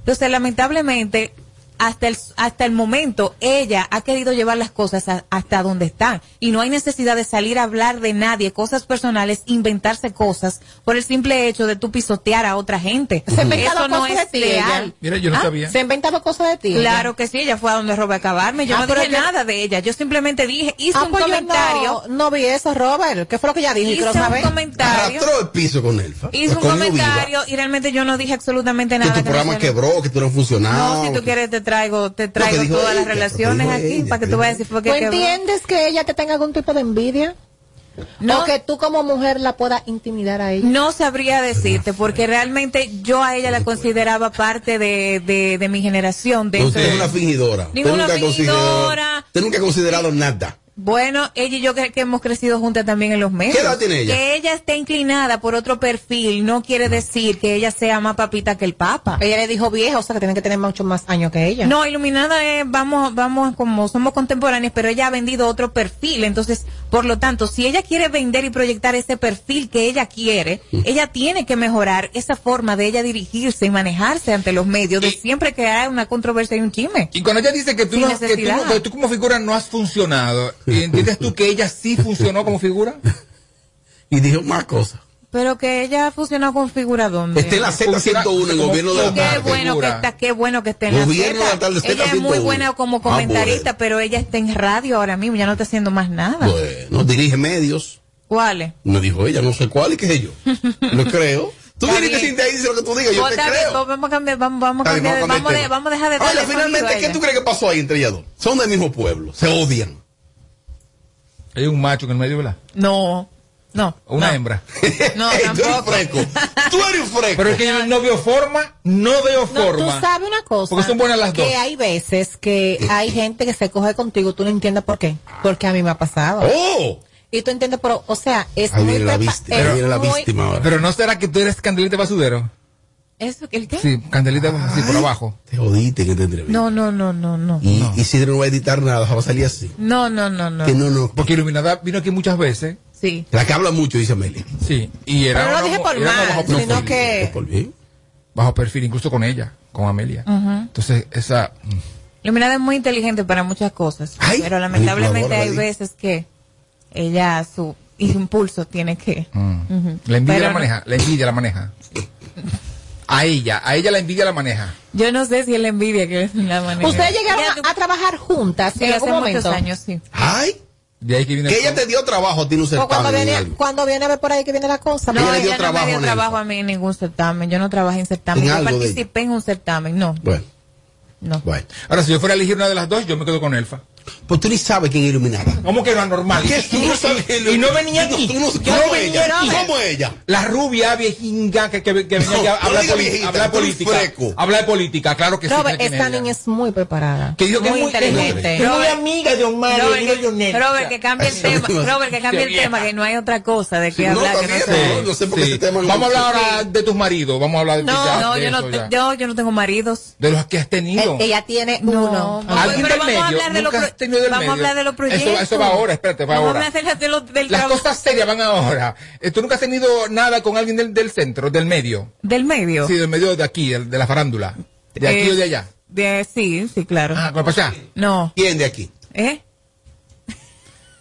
D: Entonces, lamentablemente, hasta el, hasta el momento, ella ha querido llevar las cosas a- hasta donde están. Y no hay necesidad de salir a hablar de nadie, cosas personales, inventarse cosas por el simple hecho de tú pisotear a otra gente.
E: Se ha inventado
D: Eso no
E: cosas
D: es
E: de ti, ella.
D: real.
B: Mira, yo no sabía.
E: Se ha inventado cosas de ti.
D: Claro que sí, ella fue a donde Robert acabarme. Yo
E: Ah,
D: no
E: pero
D: dije
E: que-
D: nada de ella. Yo simplemente dije, hice
E: Ah,
D: un
E: pues yo
D: comentario.
E: No, no vi eso, Robert. ¿Qué fue lo que ella dijo? Yo
D: Hice
E: Quiero
D: un
E: saber.
D: comentario.
A: Arrastró el piso con Nelfa.
D: Hice
A: La
D: un
A: comió viva.
D: comentario y realmente yo no dije absolutamente
A: Que
D: nada.
A: tu
D: no
A: programa
D: sea-
A: quebró, que tú no funcionabas.
D: No, si tú quieres te traigo, te
A: que
D: traigo
A: dijo
D: todas las
A: ella,
D: relaciones
A: lo que dijo
D: aquí
A: ella,
D: para que tú
A: lo que
D: vayas a decir por
E: ¿Tú
D: qué quebró.
E: entiendes que ella te tenga algún tipo de envidia?
D: No.
E: O que tú como mujer la puedas intimidar a ella.
D: No sabría decirte porque realmente yo a ella la consideraba parte de, de, de mi generación.
A: No,
D: Dentro
A: usted es
D: de
A: una fingidora. Usted
D: Ninguna
A: nunca ha considerado-
D: fingidora.
A: Usted nunca ha considerado nada.
D: Bueno, ella y yo que, que hemos crecido juntas también en los medios.
A: ¿Qué edad tiene ella?
D: Que ella esté inclinada por otro perfil no quiere decir que ella sea más papita que el papa.
E: Ella le dijo vieja, o sea que tiene que tener mucho más años que ella.
D: No, Iluminada es, vamos, vamos, como somos contemporáneos, pero ella ha vendido otro perfil. Entonces, por lo tanto, si ella quiere vender y proyectar ese perfil que ella quiere,
B: Mm.
D: ella tiene que mejorar esa forma de ella dirigirse y manejarse ante los medios, de
B: Y-
D: siempre que hay una controversia y un chisme.
B: Y cuando ella dice que tú,
D: Sin
B: no, que tú,
D: necesidad.
B: que tú como figura no has funcionado, ¿y ¿entiendes tú que ella sí funcionó como figura?
A: Y dijo más cosas.
D: Pero que ella ha fusionado con figura donde.
A: Está en la Z101, el
B: Como-
A: gobierno de la
B: como-
D: Qué
A: tarde.
D: bueno que
B: figura.
D: está, qué bueno que esté en la
A: Gobierno
D: Z.
A: de la tarde, Z
D: Ella es muy
A: 101.
D: buena como comentarista,
A: Ah, bueno.
D: pero ella está en radio ahora mismo, ya no está haciendo más nada.
A: Bueno, dirige medios.
D: ¿Cuáles?
A: Me dijo ella, no sé cuál y qué sé yo. Lo creo. Tú
D: Está
A: viniste
D: bien.
A: sin te dice lo que tú digas, yo
D: Oh,
A: te
D: está bien,
A: creo.
D: pues vamos a cambiar, vamos, vamos a
A: Está bien,
D: cambiar,
A: vamos a cambiar
D: vamos,
A: el
D: de-
A: tema.
D: vamos a dejar de darle
A: Ahora,
D: sonido a
A: finalmente, ¿qué
D: ella.
A: tú crees que pasó ahí entre ellas dos? Son del mismo pueblo, se odian.
B: Hay un macho en el medio, ¿verdad?
D: No, no.
B: O una
D: no.
B: hembra.
D: No,
A: Ey, tú eres
D: tampoco.
A: fresco. Tú eres fresco.
B: Pero es que yo no veo forma, no veo
E: No, tú
B: forma.
E: sabes una cosa.
B: Porque son buenas las dos.
E: Que hay veces que hay gente que se coge contigo, tú no entiendes por qué. Porque a mí me ha pasado.
A: ¡Oh!
E: Y tú entiendes, pero, o sea, es
A: Ahí
E: muy
A: viene la
E: prepa-
A: víctima.
E: es
A: Ahí viene la
E: muy-
A: víctima ahora.
B: Pero no será que tú eres candelita basudero.
D: ¿Eso el qué?
B: Sí, candelita sí, por abajo.
A: Te jodiste en esta entrevista.
D: No, no, no, no, no.
A: Y Isidro no va a editar nada, va a salir así.
D: No, no, no, no.
A: Mm. Que no, no.
B: Porque Iluminada vino aquí muchas veces.
D: Sí.
A: La que habla mucho, dice Amelia.
B: Sí. Y era
E: Pero no
B: una
E: lo dije
B: mu-
E: por
B: era una
E: mal,
B: bajo perfil,
E: sino que
A: Por bien.
B: Bajo perfil, incluso con ella, con
E: Mm.
B: Amelia. Entonces, esa.
D: Luminada es muy inteligente para muchas cosas.
A: Ay,
D: pero
A: ay,
D: lamentablemente
A: por favor,
D: hay
A: Radí.
D: veces que ella, su impulso tiene que.
B: mm,
D: Ujú.
B: La envidia
D: Pero
B: la
D: no-
B: maneja. La envidia la maneja. A ella, a ella la envidia la maneja.
D: Yo no sé si es la envidia que es la manera.
E: Ustedes llegaron
D: Ya,
E: a, a trabajar juntas
D: Sí,
E: en
D: hace
E: algún
D: muchos
E: momento.
D: años, sí.
A: ¡Ay!
B: De ahí que viene.
A: Que
B: el-
A: ella te dio trabajo a ti en un
E: O cuando
A: certamen, en
E: viene,
A: algo.
E: cuando viene a ver por ahí que viene la cosa.
D: No,
A: Ella le
D: ella,
A: dio
D: no me
A: trabajo
D: dio
A: en
D: trabajo
A: eso.
D: a mí en ningún certamen. Yo no trabajé en certamen.
A: En
D: Yo
A: algo de
D: participé en un certamen. No,
A: Bueno,
D: no.
A: bueno.
B: Ahora, si yo fuera a elegir una de las dos, yo me quedo con Elfa.
A: Pues tú ni sabes quién es iluminada.
B: ¿Cómo que no anormal?
A: ¿Qué? Tú no sabes quién es
B: Y no
A: Iluminada.
B: venía
A: Tú
B: aquí.
A: no- tú no-
B: No
A: ¿Cómo
B: venía
A: ella?
B: aquí.
A: ¿Cómo ella?
B: La rubia viejinga que, que, que venía
A: No,
B: aquí a
A: no
B: hablar,
A: diga
B: poli-
A: viejita,
B: hablar
A: tú eres
B: política.
A: freco.
B: Hablar de política, claro que
E: Robert,
B: sí.
E: esta niña es muy preparada.
B: que dijo que
D: muy
B: es que es
D: inteligente.
B: que es muy
D: Robert-
B: amiga de Omar.
D: Robert,
B: de Emilio
D: que,
B: Lionel.
D: Robert, que cambie el tema. Robert, que cambie el
B: vieja.
D: tema, que no hay otra cosa de qué
A: Sí, no,
D: hablar. que no
A: también,
B: Sí,
D: sea-
A: No, no sé por qué
B: sí.
A: ese tema no-
B: Vamos a hablar ahora de tus maridos. Vamos a hablar de
D: No,
B: ya,
D: no,
B: de
D: yo no,
B: eso ya.
D: yo, yo no tengo maridos.
B: De los que has tenido.
E: Eh, ella tiene
D: No,
E: uno.
D: no,
E: Ah,
B: Alguien
D: pero
B: del
D: vamos a
B: medio,
D: hablar de los
B: nunca
D: pro-
B: has tenido del
D: vamos a
B: medio.
D: hablar de los
B: Eso, eso va
D: proyectos.
B: ahora, espérate, va
D: Vamos
B: ahora.
D: a hablar de la- de los- del
B: Las
D: trabajo
B: cosas serias van ahora. Eh, ¿Tú nunca has tenido nada con alguien del, del centro, del medio?
D: del medio.
B: Sí, del medio de aquí, del- de, la farándula. ¿De aquí
D: Eh,
B: o de allá?
D: de- sí, sí, claro.
B: Ah, ¿cuál pasa?
D: No,
A: ¿Quién de aquí?
D: ¿eh?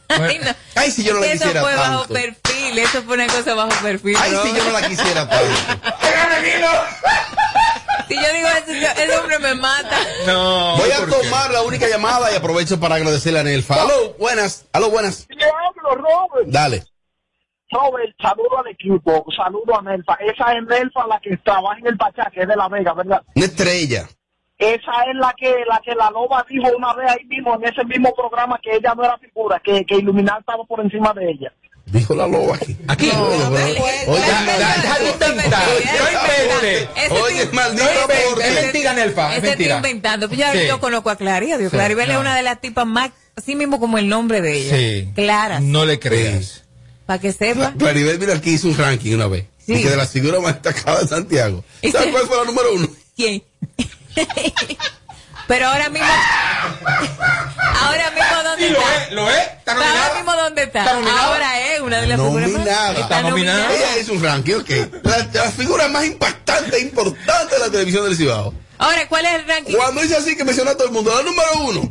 D: Ay, no.
A: Ay, si yo no la
D: eso
A: quisiera
D: fue bajo
A: tanto.
D: perfil, eso fue una cosa bajo perfil.
A: Ay,
D: Robert.
A: si yo no la quisiera tanto.
D: Si yo digo eso, yo- ese hombre me mata.
B: No.
A: Voy a tomar la única llamada y aprovecho para agradecerle a Nelfa. Aló, buenas. Aló, buenas.
F: Yo hablo, Robert.
A: Dale.
F: Robert, saludo al equipo, saludo a Nelfa. Esa es Nelfa la que trabaja en el Pachá, que es de La Vega, ¿verdad?
A: Una estrella.
F: Esa es la que la que la loba dijo una vez ahí mismo, en ese mismo programa, que ella no era figura, que, que Iluminar estaba por encima de ella.
A: Dijo la loba aquí.
B: Aquí.
A: Oye, pero- oye,
B: Ya,
A: maldita-
B: ya, ya,
A: oye,
B: inventa. No invente.
D: Ese
A: Oye,
D: tipo- Este
A: maldita
D: no este invente,
A: por-
B: Es mentira, Nelfa. Es
D: Ese está
B: mentira.
D: inventando. Pues ya
B: Sí.
D: yo conozco a Claribel. Digo,
B: Sí,
D: Claribel es
B: no.
D: una de las tipas más, así mismo como el nombre de ella.
B: Sí.
D: Claras.
B: No le creas.
D: Para que sepa.
A: Claribel vino aquí hizo un ranking una vez.
D: Sí.
A: Y que de las figuras más destacadas de Santiago. ¿Sabes cuál fue la número uno?
D: ¿Quién? Pero ahora mismo. ahora mismo, ¿dónde
B: Sí, lo es,
D: está?
B: lo es. Está
D: Pero ahora mismo,
B: nominada.
D: ¿dónde está?
B: Está nominada.
D: ahora es una de las figuras más.
A: Nominada.
B: Está nominada.
A: Ella hizo un ranking, ok. La, la figura más impactante e importante de la televisión del Cibao.
D: Ahora, ¿cuál es el ranking?
A: Cuando hizo así que menciona a todo el mundo, la número uno.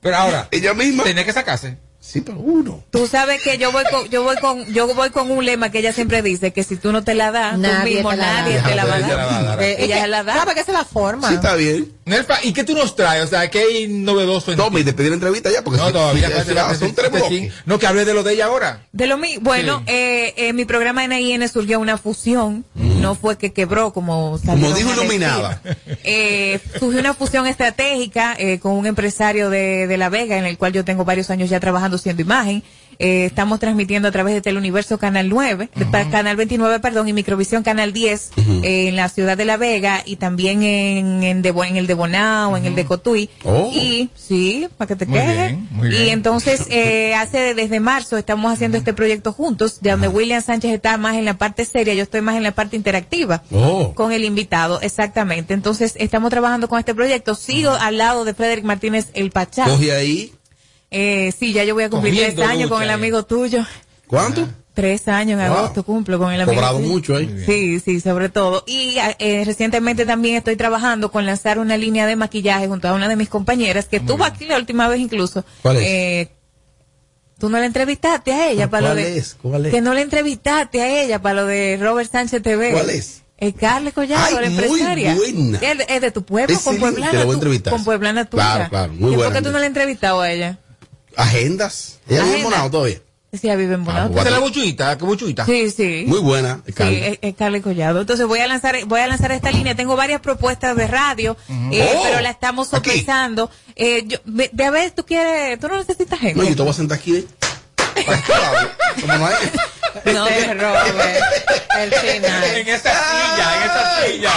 B: Pero ahora,
A: Ella misma.
B: tenía que sacarse.
A: Sí, pero uno.
D: Tú sabes que yo voy con, yo voy con, yo voy con un lema que ella siempre dice que si tú no te la das,
E: Nadie
D: tú mismo
E: te la da.
D: nadie te la va a
B: Ella la va a
D: dar.
B: dar.
E: eh,
D: Ella se la da.
E: No, porque esa es la forma.
A: Sí, está bien.
B: Nelfa, ¿y qué tú nos traes? O sea, ¿qué hay novedoso en
A: Toma y te pedí la entrevista ya, porque
B: No,
A: si-
B: todavía.
A: si-
B: falta
A: si-
B: la-
A: son tres
B: este
A: bloques.
B: chin. No, que hable de lo de ella ahora.
D: De lo mismo, bueno,
B: Sí.
D: eh, en mi programa NIN surgió una fusión, no fue que quebró como
A: Como dijo
D: a decir.
A: Iluminada.
D: Eh, surgió una fusión estratégica eh, con un empresario de, de La Vega, en el cual yo tengo varios años ya trabajando siendo imagen. Eh, estamos transmitiendo a través de Teleuniverso Canal 9, de- pa- Canal 29, perdón, y Microvisión Canal 10 eh, en la ciudad de La Vega y también en, en, Debo- en el de Bonao, en el de Cotuí.
A: Oh.
D: Y, sí, para que te
B: Muy
D: quejes.
B: bien, muy
D: Y
B: bien.
D: entonces, eh, hace desde marzo estamos haciendo este proyecto juntos, de donde William Sánchez está más en la parte seria, yo estoy más en la parte interactiva
A: Oh.
D: con el invitado, exactamente. Entonces, estamos trabajando con este proyecto. Sigo al lado de Frederick Martínez el Pachá.
A: Coge ahí.
D: Eh, sí, ya yo voy a cumplir
B: Cogiendo
D: tres años con el
B: lucha, eh.
D: amigo tuyo.
A: ¿Cuánto?
D: Tres años en
A: Wow.
D: agosto cumplo con el amigo
A: Cobrado
D: tuyo.
A: mucho ahí.
D: Sí, sí, sobre todo. Y ah, eh, recientemente también estoy trabajando con lanzar una línea de maquillaje junto a una de mis compañeras que estuvo aquí la última vez incluso.
A: Ah, ¿Cuál es?
D: Eh, tú no la entrevistaste a ella
A: ¿Cuál-
D: para lo
A: cuál
D: de
A: es? ¿Cuál es?
D: que no la entrevistaste a ella para lo de Robert Sánchez TV.
A: ¿Cuál es?
D: Eh, Carla Collado,
A: Ay,
D: la
A: muy
D: empresaria.
A: buena.
D: Es de, es de tu pueblo,
A: Es
D: con
A: excelente, la
D: Pueblana.
A: voy a
D: tu-
A: entrevistar.
D: con Pueblana tuya.
A: Claro, claro, muy
D: ¿Y
A: buena
D: ¿Por qué tú no la
A: entrevista.
D: has entrevistado a ella?
A: Agendas. Ella no
D: Agenda.
A: ha monado todavía.
D: Sí, ella vive en Bonao.
A: Guata.
B: Ah, ¿Esa es la buchuita? ¿Qué buchuita?
D: Sí, sí.
A: Muy buena.
D: Sí,
A: Carla.
D: es, es Carla Collado. Entonces voy a lanzar, voy a lanzar esta línea. Tengo varias propuestas de radio, eh,
A: Oh,
D: pero la estamos
A: aquí.
D: sopesando. Eh, yo, ve- ve a ver, tú quieres, tú no necesitas gente.
A: No, yo te voy a sentar aquí. ¿eh? Como no hay.
E: No te robes el final.
B: En esa silla, en esa silla.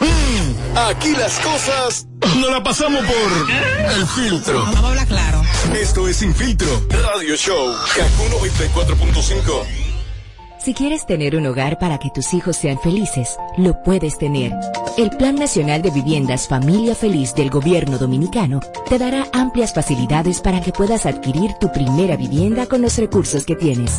C: Mm, Aquí las cosas no la pasamos por el filtro.
G: Vamos a hablar claro.
C: Esto es Sin Filtro Radio Show. Kaku 94.5.
H: Si quieres tener un hogar para que tus hijos sean felices, lo puedes tener. El Plan Nacional de Viviendas Familia Feliz del Gobierno Dominicano te dará amplias facilidades para que puedas adquirir tu primera vivienda con los recursos que tienes.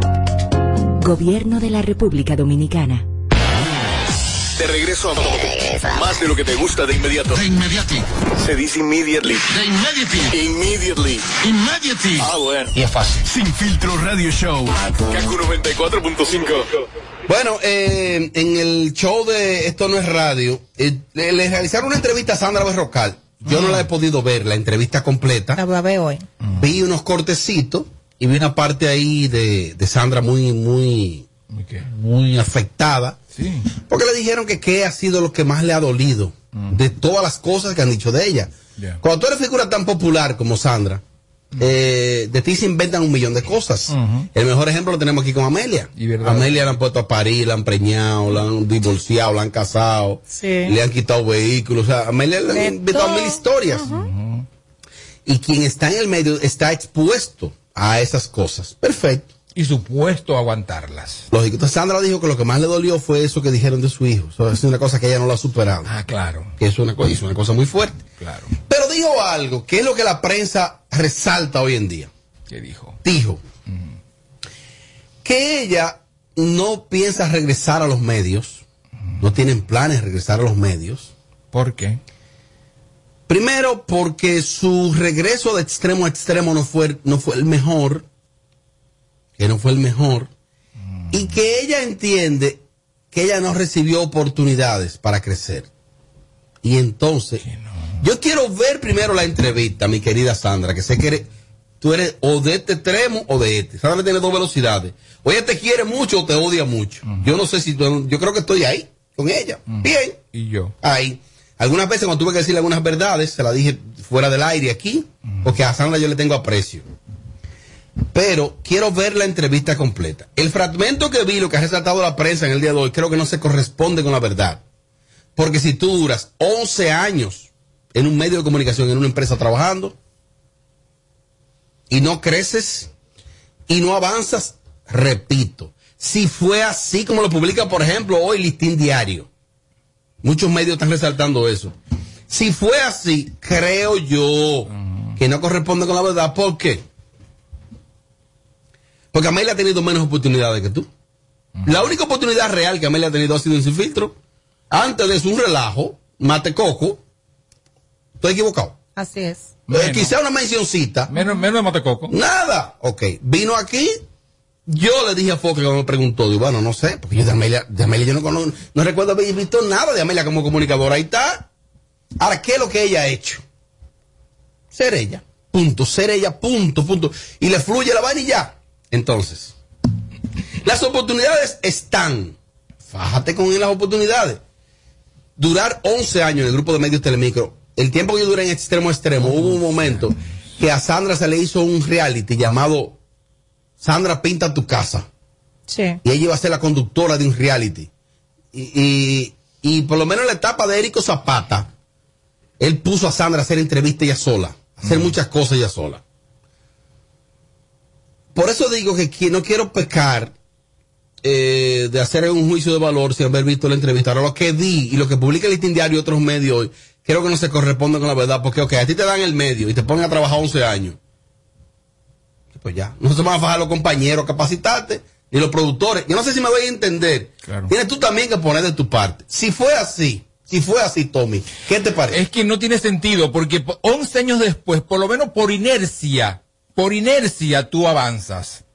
H: Gobierno de la República Dominicana.
C: Te regreso a más de lo que te gusta de inmediato.
I: De inmediati,
C: Se dice immediately.
I: de inmediati,
C: Immediately.
I: inmediati.
C: Ah, bueno.
G: Y es fácil.
C: Sin filtro radio show. Kaku 94.5.
A: Bueno, eh, en el show de Esto No es Radio, eh, le, le realizaron una entrevista a Sandra Berrocal. Yo no la he podido ver, la entrevista
E: La
A: completa.
E: voy a ver hoy.
A: Vi unos cortecitos y vi una parte ahí de, de Sandra muy, muy, muy afectada.
B: Sí.
A: Porque le dijeron que qué ha sido lo que más le ha dolido de todas las cosas que han dicho de ella.
B: Yeah.
A: Cuando tú eres figura tan popular como Sandra, eh, de ti se inventan un millón de cosas. El mejor ejemplo lo tenemos aquí con Amelia.
B: Y verdad.
A: Amelia la han puesto a pues, parir, la han preñado, la han divorciado, la han casado,
E: Sí.
A: le han quitado vehículos. O sea, Amelia le
E: De
A: han inventado
E: todo.
A: mil historias. Y quien está en el medio está expuesto a esas cosas. Perfecto.
B: Y supuesto aguantarlas.
A: Lógico. Entonces Sandra dijo que lo que más le dolió fue eso que dijeron de su hijo. Eso es una cosa que ella no lo ha superado.
B: Ah, claro,
A: Que es una, co- es una cosa muy fuerte.
B: claro.
A: Pero dijo algo que es lo que la prensa resalta hoy en día.
B: ¿Qué dijo?
A: Dijo que ella no piensa regresar a los medios. No tienen planes de regresar a los medios.
B: ¿Por qué?
A: Primero, porque su regreso de extremo a extremo no fue, no fue el mejor. Que no fue el mejor.
B: Mm.
A: Y que ella entiende que ella no recibió oportunidades para crecer. Y entonces, yo quiero ver primero la entrevista, mi querida Sandra, que sé que eres- tú eres o de este extremo o de este. Sandra tiene dos velocidades. O ella te quiere mucho o te odia mucho. Yo no sé si tú- yo creo que estoy ahí con ella. Bien.
B: Y yo.
A: Ahí. Algunas veces cuando tuve que decirle algunas verdades, se las dije fuera del aire aquí, porque a Sandra yo le tengo aprecio. Pero quiero ver la entrevista completa. El fragmento que vi, lo que ha resaltado la prensa en el día de hoy, creo que no se corresponde con la verdad. Porque si tú duras 11 años en un medio de comunicación, en una empresa trabajando, y no creces, y no avanzas, repito, si fue así como lo publica, por ejemplo, hoy Listín Diario, Muchos medios están resaltando eso. Si fue así, creo yo que no corresponde con la verdad. ¿Por qué? Porque Amelia ha tenido menos oportunidades que tú. La única oportunidad real que Amelia ha tenido ha sido en su filtro. Antes de su relajo, mate coco. Estoy equivocado.
E: Así es.
A: Eh, quizá una mencioncita.
B: Menos, menos de Matecoco.
A: Nada. Ok. Vino aquí. Yo le dije a Fox cuando me preguntó, digo, bueno, no sé, porque yo de Amelia, de Amelia yo no conozco, no recuerdo haber visto nada de Amelia como comunicadora. Ahí está. Ahora, ¿qué es lo que ella ha hecho? Ser ella. Punto. Ser ella. Punto. Punto. Y le fluye la vaina y ya. Entonces, las oportunidades están. Fájate con las oportunidades. Durar 11 años en el grupo de medios Telemicro, el tiempo que yo duré en extremo a extremo, hubo un momento que a Sandra se le hizo un reality llamado Sandra pinta tu casa.
E: Sí.
A: Y ella iba a ser la conductora de un reality. Y, y- y por lo menos en la etapa de Érico Zapata, él puso a Sandra a hacer entrevistas ella sola, a hacer muchas cosas ella sola. Por eso digo que qui- no quiero pecar eh, de hacer un juicio de valor sin haber visto la entrevista. Ahora, lo que vi y lo que publica el Listín Diario y otros medios hoy, creo que no se corresponde con la verdad. Porque, ok, a ti te dan el medio y te ponen a trabajar 11 años. Y Pues ya. No se van a fajar los compañeros, a capacitarte, ni los productores. Yo no sé si me voy a entender. Tienes tú también que poner de tu parte. Si fue así, si fue así, Tommy, ¿qué te parece?
B: Es que no tiene sentido, porque po- 11 años después, por lo menos por inercia, por inercia tú avanzas.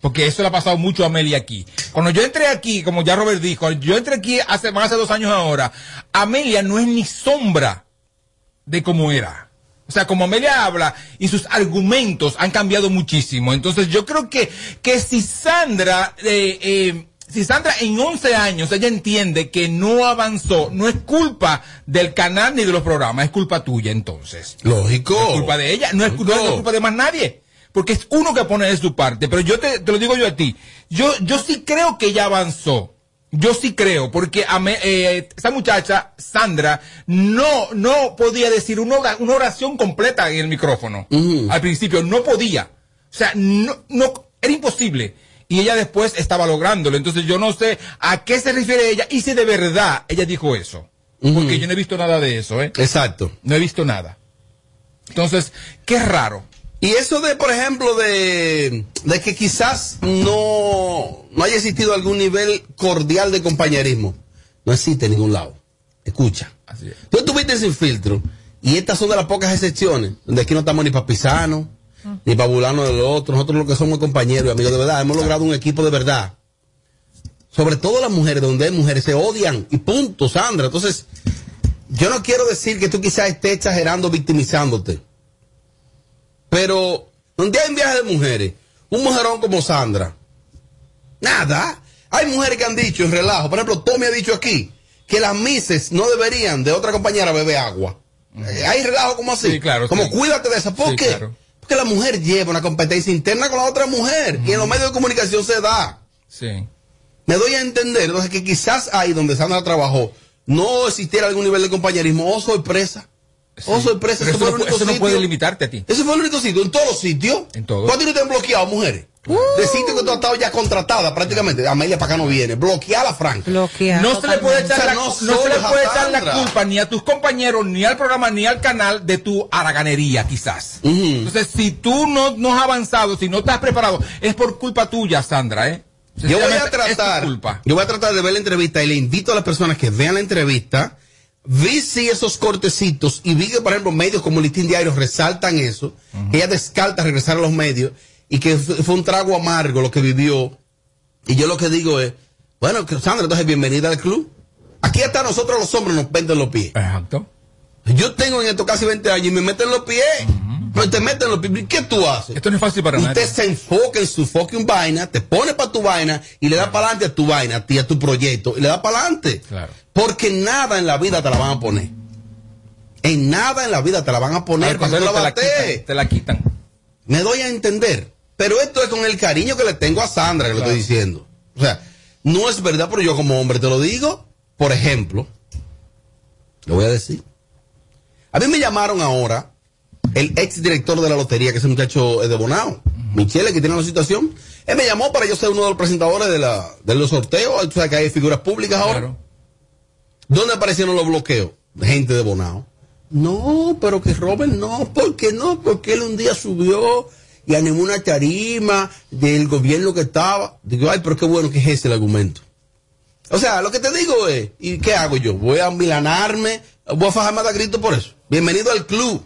B: Porque eso le ha pasado mucho a Amelia aquí. Cuando yo entré aquí, como ya Robert dijo, yo entré aquí hace, van a ser dos años ahora, Amelia no es ni sombra de cómo era. O sea, como Amelia habla y sus argumentos han cambiado muchísimo. Entonces yo creo que, que si Sandra, eh, eh, si Sandra en 11 años ella entiende que no avanzó, no es culpa del canal ni de los programas, es culpa tuya entonces.
A: Lógico.
B: No es culpa de ella, no es, no es culpa de más nadie. Porque es uno que pone de su parte. Pero yo te, te lo digo yo a ti. Yo, yo sí creo que ella avanzó. Yo sí creo, porque a me- eh, esa muchacha, Sandra, no, no podía decir una, ora- una oración completa en el micrófono. Al principio, no podía. O sea, no, no, era imposible. Y ella después estaba lográndolo. Entonces yo no sé a qué se refiere ella y si de verdad ella dijo eso. Porque yo no he visto nada de eso, ¿eh?
A: Exacto.
B: No he visto nada. Entonces, qué raro.
A: Y eso de, por ejemplo, de, de que quizás no, no haya existido algún nivel cordial de compañerismo. No existe en ningún lado. Escucha. Tú estuviste sin filtro y estas son de las pocas excepciones donde aquí no estamos ni para pisano, ni para bulano del otro. Nosotros lo que somos compañeros y amigos de verdad. Hemos logrado un equipo de verdad. Sobre todo las mujeres, donde hay mujeres se odian y punto, Sandra. Entonces, yo no quiero decir que tú quizás estés exagerando, victimizándote. Pero donde hay un viaje de mujeres, un mujerón como Sandra, nada. Hay mujeres que han dicho en relajo, por ejemplo, Tommy ha dicho aquí que las mises no deberían de otra compañera beber agua. Eh, Hay relajo como así.
B: Sí, claro,
A: Como
B: sí.
A: cuídate de esa. ¿Por
B: Sí,
A: qué?
B: claro.
A: Porque la mujer lleva una competencia interna con la otra mujer y en los medios de comunicación se da.
B: Sí.
A: Me doy a entender, entonces, que quizás ahí donde Sandra trabajó no existiera algún nivel de compañerismo. Oh, sorpresa. Oh, sorpresa.
B: Pero
A: Eso
B: eso
A: fue
B: no,
A: el
B: pu-
A: único
B: eso no
A: sitio.
B: puede limitarte a ti.
A: Ese fue el único sitio, en todos los sitios. En
B: todos.
A: ¿Cuántos no te han bloqueado, mujeres? De sitios que tú has estado ya contratada prácticamente. Amelia para acá no viene. Bloquear a Frank.
E: Bloquear.
B: No se le puede echar, la, no se le puede echar la culpa ni a tus compañeros, ni al programa, ni al canal de tu haraganería, quizás. Entonces, si tú no, no has avanzado, si no estás preparado, es por culpa tuya, Sandra, ¿eh?
A: Yo voy a
B: Sencillamente, es tu
A: tratar,
B: culpa.
A: yo voy a tratar de ver la entrevista y le invito a las personas que vean la entrevista vi sí esos cortecitos y vi que, por ejemplo, medios como Listín Diario resaltan eso, que ella descarta regresar a los medios y que fu- fue un trago amargo lo que vivió. Y yo lo que digo es, bueno, que Sandra, entonces bienvenida al club. Aquí hasta nosotros los hombres nos venden los pies.
B: Exacto.
A: Yo tengo en esto casi 20 años y me meten los pies. Pero te meten los pies. ¿Y ¿Qué tú haces? Esto
B: no es fácil para
A: Usted
B: nadie.
A: se enfoca en su fucking vaina, te pone para tu vaina y le da para adelante a tu vaina, a ti, a tu proyecto. Y le da para adelante.
B: Claro.
A: Porque nada en la vida te la van a poner. En nada en la vida te la van a poner.
B: Al
A: cuando tú
B: contrario,
A: la
B: te la
A: batees.
B: quitan, te la quitan.
A: Me doy a entender. Pero esto es con el cariño que le tengo a Sandra, que lo estoy diciendo. O sea, no es verdad, pero yo como hombre te lo digo. Por ejemplo, lo voy a decir. A mí me llamaron ahora el ex director de la lotería, que ese muchacho es de Bonao, Michele, que tiene la situación. Él me llamó para yo ser uno de los presentadores de, la, de los sorteos. O sea, que hay figuras públicas ahora. ¿Dónde aparecieron los bloqueos? Gente de Bonao. No, pero que Robert no, ¿por qué no? Porque él un día subió y animó una tarima del gobierno que estaba. Digo, ay, pero qué bueno que es ese el argumento. O sea, lo que te digo es, ¿y qué hago yo? ¿Voy a milanarme? ¿Voy a fajarme a dar grito por eso? Bienvenido al club.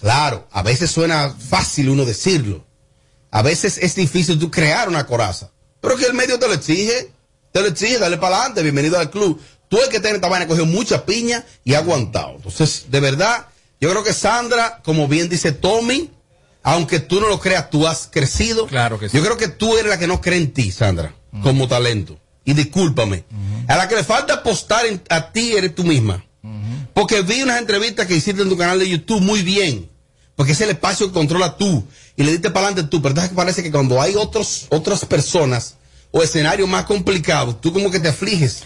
A: Claro, a veces suena fácil uno decirlo. A veces es difícil tú crear una coraza. Pero que el medio te lo exige. Te lo exige, dale para adelante, bienvenido al club. Tú el que tiene esta vaina cogió mucha piña y ha aguantado. Entonces, de verdad, yo creo que Sandra, como bien dice Tommy, aunque tú no lo creas, tú has crecido. Claro que sí. Yo creo que tú eres la que no cree en ti, Sandra, como talento. Y discúlpame. A la que le falta apostar en- a ti eres tú misma. Porque vi unas entrevistas que hiciste en tu canal de YouTube muy bien. Porque es el espacio que controla tú. Y le diste para adelante tú. Pero entonces parece que cuando hay otros, otras personas o escenarios más complicados, tú como que te afliges.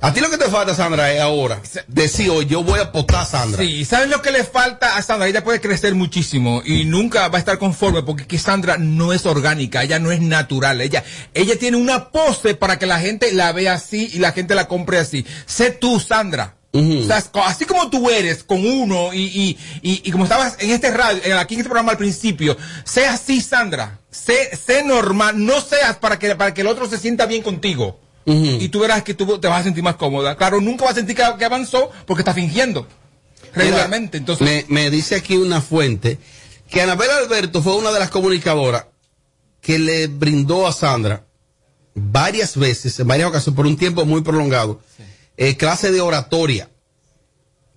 A: A ti lo que te falta, Sandra, es ahora decir, hoy yo voy a apostar, Sandra.
B: Sí, ¿sabes lo que le falta a Sandra? Ella puede crecer muchísimo y nunca va a estar conforme porque es que Sandra no es orgánica, ella no es natural, ella, ella tiene una pose para que la gente la vea así y la gente la compre así. Sé tú, Sandra. O sea, co- así como tú eres con uno y, y- y- y como estabas en este radio, en- aquí en este programa al principio, sé así, Sandra. Sé, sé normal, no seas para que, para que el otro se sienta bien contigo. Y tú verás que tú te vas a sentir más cómoda. Claro, nunca vas a sentir que, que avanzó porque está fingiendo. Regularmente, entonces.
A: Me, me dice aquí una fuente que Anabel Alberto fue una de las comunicadoras que le brindó a Sandra varias veces, en varias ocasiones, por un tiempo muy prolongado, eh, clase de oratoria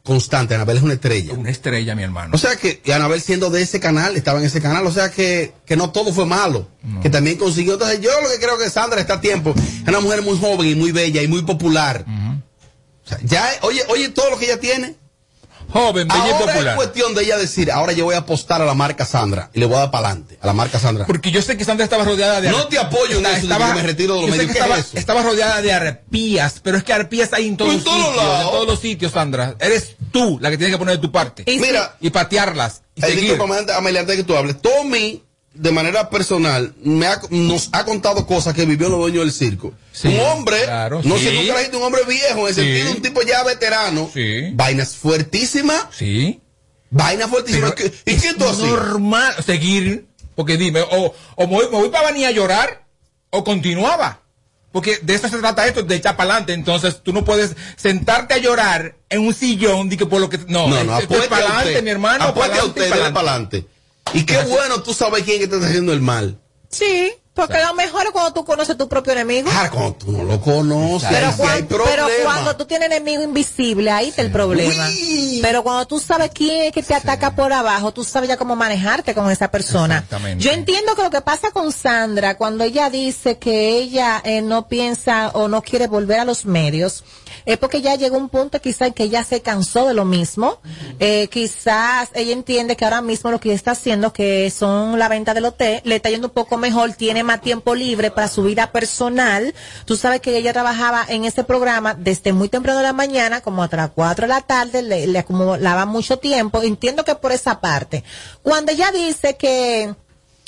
A: constante. Anabel es una estrella.
B: Una estrella, mi hermano.
A: O sea que y Anabel siendo de ese canal, estaba en ese canal, o sea que, que no todo fue malo, que también consiguió. Entonces yo lo que creo que Sandra está a tiempo, es una mujer muy joven y muy bella y muy popular. O sea, ya, oye, oye todo lo que ella tiene.
B: Joven,
A: bella
B: y
A: es
B: popular.
A: cuestión de ella decir, ahora yo voy a apostar a la marca Sandra y le voy a dar para adelante, a la marca Sandra.
B: Porque yo sé que Sandra estaba rodeada de.
A: No te apoyo en
B: Está-
A: eso, de que me retiro de los
B: yo sé
A: medios.
B: que
A: ¿Qué
B: estaba,
A: es eso?
B: estaba rodeada de arpías, pero es que arpías hay en todos,
A: En todos
B: sitios,
A: lados.
B: en todos los sitios, Sandra. Eres tú la que tienes que poner de tu parte.
A: Y sí. Mira.
B: y patearlas. Y
A: Eh,
B: seguir.
A: discúlpame, antes- Amelia, antes de que tú hables, Tommy, de manera personal, me ha- nos ha contado cosas que vivió los dueños del circo. un hombre,
B: claro,
A: no
B: sí.
A: sé, nunca la gente, un hombre viejo, en el
B: Sí.
A: sentido un tipo ya veterano, vainas fuertísimas,
B: sí.
A: vainas fuertísimas. que- ¿Y qué tú haces?
B: normal seguir, porque dime, o, o me voy, para venir a llorar, o continuaba. Porque de eso se trata esto, de echar para adelante. Entonces tú no puedes sentarte a llorar en un sillón, di que por lo que. No,
A: No, no,
B: esto es
A: apueste
B: para
A: a
B: adelante,
A: usted.
B: mi hermano.
A: Apueste a
B: pa'lante y
A: usted, dele
B: pa'lante.
A: para adelante. Y qué bueno tú sabes quién que te está haciendo el mal.
E: Sí, porque lo mejor es cuando tú conoces tu propio enemigo.
A: Ah, cuando tú no lo conoces,
E: Pero,
A: ahí sí hay
E: cuan- pero
A: problema.
E: cuando tú tienes enemigo invisible, ahí está el problema. Pero cuando tú sabes quién es que te ataca por abajo, tú sabes ya cómo manejarte con esa persona.
J: Exactamente.
E: Yo entiendo que lo que pasa con Sandra, cuando ella dice que ella eh, no piensa o no quiere volver a los medios, es porque ya llegó un punto quizás en que ella se cansó de lo mismo. Eh, quizás ella entiende que ahora mismo lo que está haciendo, que son la venta del hotel, le está yendo un poco mejor, tiene más tiempo libre para su vida personal. Tú sabes que ella trabajaba en ese programa desde muy temprano de la mañana, como hasta las 4 de la tarde, le, le acumulaba mucho tiempo. Entiendo que por esa parte. Cuando ella dice que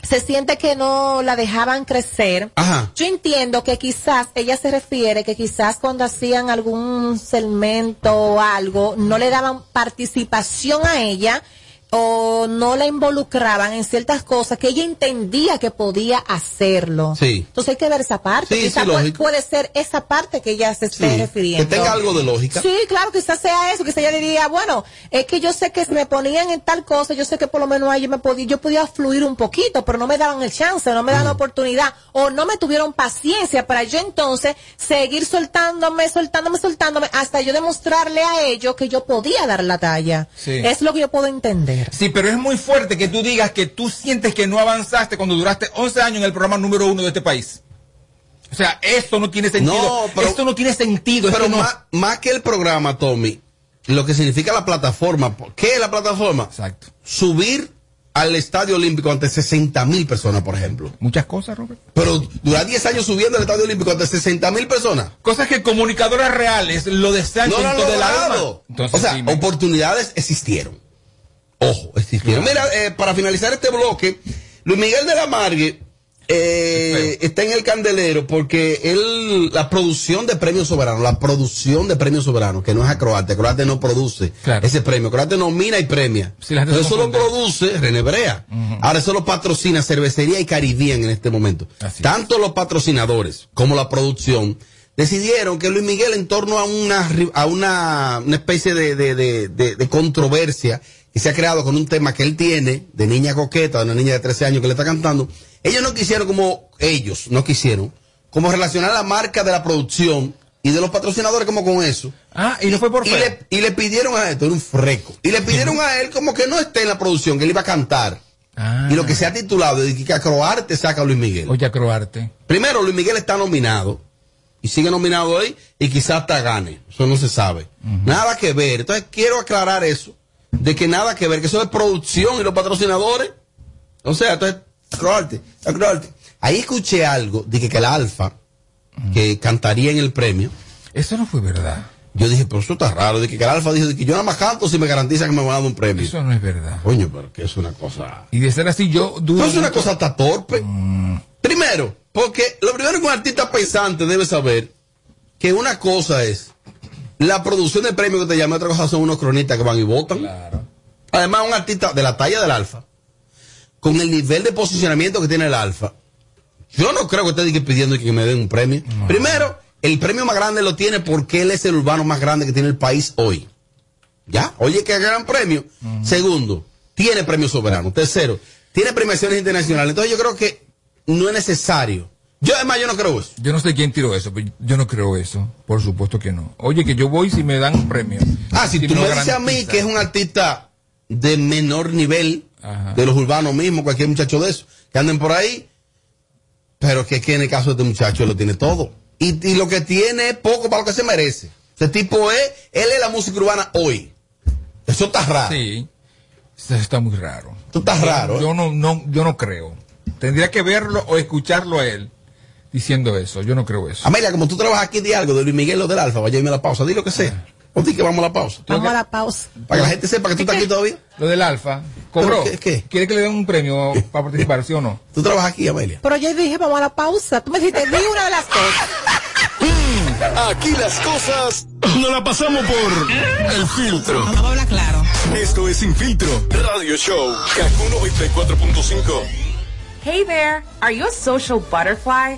E: se siente que no la dejaban crecer.
A: Ajá.
E: Yo entiendo que quizás ella se refiere que quizás cuando hacían algún segmento o algo no le daban participación a ella o no la involucraban en ciertas cosas que ella entendía que podía hacerlo.
A: Sí.
E: Entonces hay que ver esa parte.
A: Sí,
E: Quizá
A: sí,
E: pu-
A: lógico.
E: puede ser esa parte que ella se esté
A: Sí,
E: refiriendo.
A: que tenga algo de lógica.
E: Sí, claro, quizás sea eso, quizás ella diría, bueno, es que yo sé que si me ponían en tal cosa, yo sé que por lo menos ahí yo me podía, yo podía fluir un poquito, pero no me daban el chance, no me daban la
A: Mm.
E: oportunidad, o no me tuvieron paciencia para yo entonces seguir soltándome, soltándome, soltándome, hasta yo demostrarle a ellos que yo podía dar la talla.
B: Sí.
E: Es lo que yo puedo entender.
B: Sí, pero es muy fuerte que tú digas que tú sientes que no avanzaste cuando duraste 11 años en el programa número uno de este país. O sea, esto no tiene sentido.
A: No, pero-
B: esto no tiene sentido.
A: Pero
B: esto no-
A: más, más que el programa, Tommy, lo que significa la plataforma, ¿qué es la plataforma?
B: Exacto.
A: Subir al Estadio Olímpico ante 60 mil personas, por ejemplo.
B: Muchas cosas, Robert.
A: Pero durar 10 años subiendo al Estadio Olímpico ante 60 mil personas.
B: Cosas que comunicadoras reales lo desean
A: No
B: con
A: lo han
B: todo el alma.
A: logrado.
B: Entonces,
A: o sea,
B: sí, me-
A: oportunidades existieron. Ojo, existieron. Mira, eh, para finalizar este bloque, Luis Miguel de la Margue eh, está en el candelero porque él, la producción de Premio Soberano, la producción de Premio Soberano, que no es a Croate, Croate no produce
B: Claro.
A: ese premio, Croate nomina y premia.
B: Sí, la gente
A: Pero
B: se
A: eso lo
B: confunde. Mm.
A: produce René Brea. Ah, Ahora eso lo patrocina Cervecería y Caribbean en este momento.
B: Así es.
A: Tanto los patrocinadores como la producción decidieron que Luis Miguel en torno a una, ri- a una, una especie de, de- de- de- de controversia que se ha creado con un tema que él tiene de niña coqueta, de una niña de 13 años que le está cantando, ellos no quisieron como ellos, no quisieron, como relacionar la marca de la producción y de los patrocinadores como con eso.
B: Ah, y no fue por
A: Y
B: fe.
A: le, y le pidieron a esto, era un freco. Y le pidieron a él como que no esté en la producción, que él iba a cantar.
B: Ah.
A: Y lo que se ha titulado de que a Croarte saca a Luis Miguel.
B: Oye, a Croarte.
A: Primero, Luis Miguel está nominado. Y sigue nominado hoy. Y quizás hasta gane. Eso no se sabe. Nada que ver. Entonces quiero aclarar eso. De que nada que ver. Que eso es producción y los patrocinadores. O sea, entonces, Croarte, Croarte. Ahí escuché algo de que, que el Alfa, que cantaría en el premio.
B: Eso no fue verdad.
A: Yo dije, pero eso está raro. De que el Alfa dijo de que yo nada más canto si me garantiza que me van a dar un premio.
B: Eso no es verdad.
A: Coño, pero que es una cosa.
B: Y de ser así, yo dudo.
A: No es una
B: mucho- Mm.
A: cosa tan torpe. Primero, porque lo primero que un artista pensante debe saber que una cosa es la producción de premios que te llama, otra cosa son unos cronistas que van y votan. Además, un artista de la talla del alfa, con el nivel de posicionamiento que tiene el alfa, yo no creo que usted diga pidiendo que me den un premio. Primero, el premio más grande lo tiene porque él es el urbano más grande que tiene el país hoy. ¿Ya? Oye, qué gran premio. Segundo, tiene premio soberano. Tercero, tiene premiaciones internacionales. Entonces yo creo que no es necesario. Yo, además, yo no creo eso.
B: Yo no sé quién tiró eso, pero yo no creo eso. Por supuesto que no. Oye, que yo voy si me dan un premio.
A: Ah, si tú
B: no
A: me dices a mí
B: garantiza.
A: que es un artista de menor nivel,
B: Ajá.
A: de los urbanos mismos, cualquier muchacho de eso, que anden por ahí, pero que, que en el caso de este muchacho él lo tiene todo. Y, y lo que tiene es poco para lo que se merece. Ese tipo es, él es la música urbana hoy. Eso está raro.
B: Sí. Eso está muy raro.
A: Tú estás raro, ¿eh?
B: Yo no, no, yo no creo. Tendría que verlo o escucharlo a él diciendo eso. Yo no creo eso.
A: Amelia, como tú trabajas aquí de algo de Luis Miguel o del Alfa, vaya a irme a la pausa, di lo que sea. O di que vamos a la pausa.
E: Vamos a la pausa.
A: Para que la gente sepa que tú estás aquí todavía.
B: Lo del Alfa, cobró.
A: ¿Pero qué- qué?
B: ¿Quiere que le den un premio para participar, sí o no?
A: Tú trabajas aquí, Amelia.
E: Pero yo dije, vamos a la pausa. Tú me dijiste, di una de las cosas.
I: Mm, Aquí las cosas no la pasamos por el filtro.
J: Vamos a hablar claro.
I: Esto es Sin Filtro Radio Show. Kaku 94.5.
K: Hey there! Are you a social butterfly?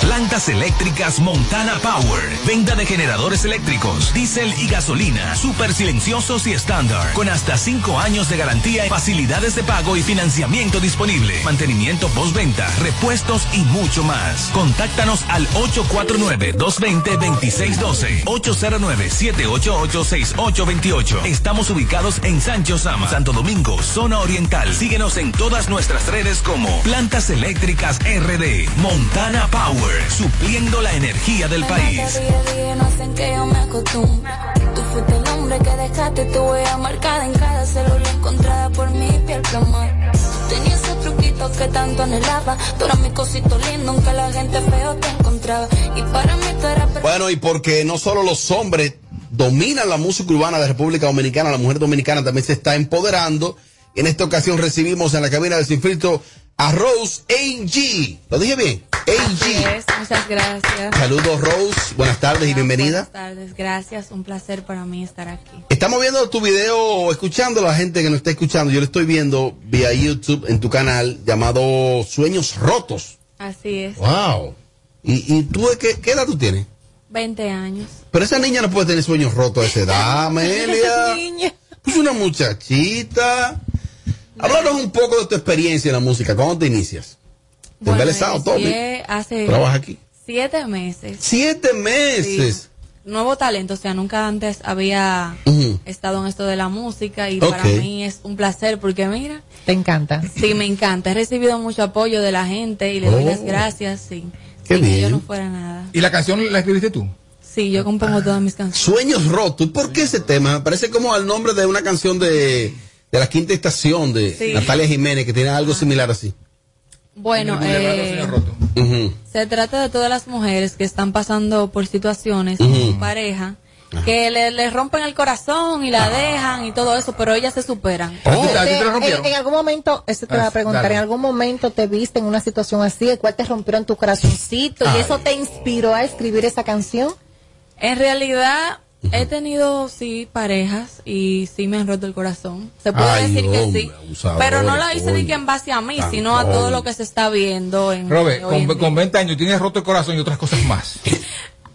C: Plantas eléctricas Montana Power. Venta de generadores eléctricos, diésel y gasolina. Súper silenciosos y estándar. Con hasta 5 años de garantía, facilidades de pago y financiamiento disponible. Mantenimiento postventa, repuestos y mucho más. Contáctanos al 849-220-2612. 809-788-6828. Estamos ubicados en Sancho Sama, Santo Domingo, zona oriental. Síguenos en todas nuestras redes como Plantas Eléctricas RD. Montana Power, supliendo la energía del país.
J: no hacen que yo me acostumbre. Tú fuiste el hombre que dejaste tu huella marcada en cada célula encontrada por mi piel plomada. Tenía ese truquito que tanto anhelaba. Tú eras mi cosito lindo, aunque la gente feo te encontraba. Y para mí tú eras
A: Bueno, y porque no solo los hombres dominan la música urbana de República Dominicana, la mujer dominicana también se está empoderando. En esta ocasión recibimos en la cabina de Sinfiltro a Rose AG. ¿Lo dije bien?
L: Así
A: AG.
L: es, Pues, muchas gracias.
A: Saludos Rose, buenas tardes y bienvenida.
L: Buenas tardes, gracias. Un placer para mí estar aquí.
A: Estamos viendo tu video, escuchando a la gente que nos está escuchando. Yo lo estoy viendo vía YouTube en tu canal llamado Sueños Rotos.
L: Así es.
A: Wow. ¿Y, y tú de qué, qué edad tú tienes?
L: 20 años.
A: Pero esa niña no puede tener sueños rotos a esa edad, Amelia.
L: Niña.
A: Pues una muchachita. Háblanos un poco de tu experiencia en la música. ¿Cuándo te inicias? ¿Te
L: Bueno,
A: embelezado todo?
L: inicié hace
A: ¿Trabajas aquí?
L: Siete meses.
A: Siete
L: Sí.
A: meses.
L: Nuevo talento, o sea, nunca antes había
A: Ujú.
L: estado en esto de la música y para
A: Ok.
L: mí es un placer porque mira,
E: Te encanta.
L: sí, me encanta. He recibido mucho apoyo de la gente y le doy
B: Oh.
L: las gracias, sí.
A: Qué
L: Sin que yo
A: bien.
L: no fuera nada.
B: ¿Y la canción la escribiste tú?
L: Sí, yo compongo todas mis canciones.
A: Sueños rotos. ¿Por qué ese tema? Me parece como al nombre de una canción de, de la quinta estación de
L: Sí.
A: Natalia Jiménez, que tiene algo similar así.
L: Bueno, eh,
A: Ujú.
L: Se trata de todas las mujeres que están pasando por situaciones
A: Ujú.
L: con su pareja, que le, le rompen el corazón y la dejan y todo eso, pero ellas se superan.
E: Te- en, en algún momento, eso te
L: Ah,
E: va a preguntar,
L: dale.
E: en algún momento te viste en una situación así, el cual te rompieron tu corazoncito y
L: Ay.
E: eso te inspiró a escribir esa canción.
L: En realidad, he tenido, sí, parejas y sí me han roto el corazón. Se puede
B: Ay,
L: decir
B: hombre,
L: que sí,
B: abusador,
L: pero no la hice ni
B: coño.
L: que en base a mí, sino a todo
B: hombre.
L: lo que se está viendo. En,
B: Robert,
L: hoy en
B: con,
L: día.
B: con 20 años tienes roto el corazón y otras cosas más.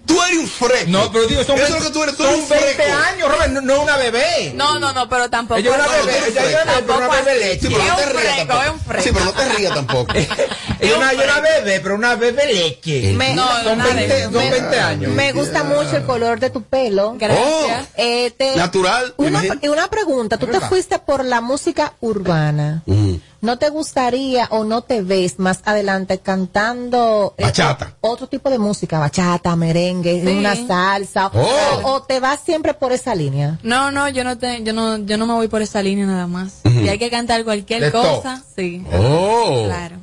A: Tú eres un fresco.
B: No, pero digo, son,
L: Eso es
B: 20
L: lo que tú eres, tú eres
B: son
L: un
B: 20
L: fresco.
B: años, Robert, no, no una bebé.
L: No, no, no, pero tampoco.
B: Ella es una
L: tampoco
B: bebé, ella es
L: así,
B: una bebé, pero una
L: tampoco
B: bebé
L: así.
B: leche.
L: Es
B: pero no te
L: un
B: rías
L: fresco,
B: tampoco.
L: es un fresco.
A: Sí, pero no te rías tampoco.
B: Ella una, ella una bebé, pero una bebé leche.
E: Me- no,
B: son,
E: una
B: 20,
E: bebé.
B: son
E: Me-
B: 20 años.
E: Me gusta mucho el color de tu pelo.
A: Gracias.
E: Eh, te-
A: Natural, me
E: Una,
A: imagino.
E: y una pregunta, tú te
A: Verdad.
E: fuiste por la música urbana.
A: Ujú.
E: ¿No te gustaría o no te ves más adelante cantando eh,
A: Bachata.
E: otro tipo de música? Bachata, merengue,
L: Sí.
E: una salsa.
L: Oh.
E: O, o te vas siempre por esa línea?
L: No, no, yo no, te, yo no, yo no me voy por esa línea nada más.
E: Ujú.
L: Si hay que cantar cualquier
E: De todo.
L: cosa, sí.
A: Oh.
L: Claro.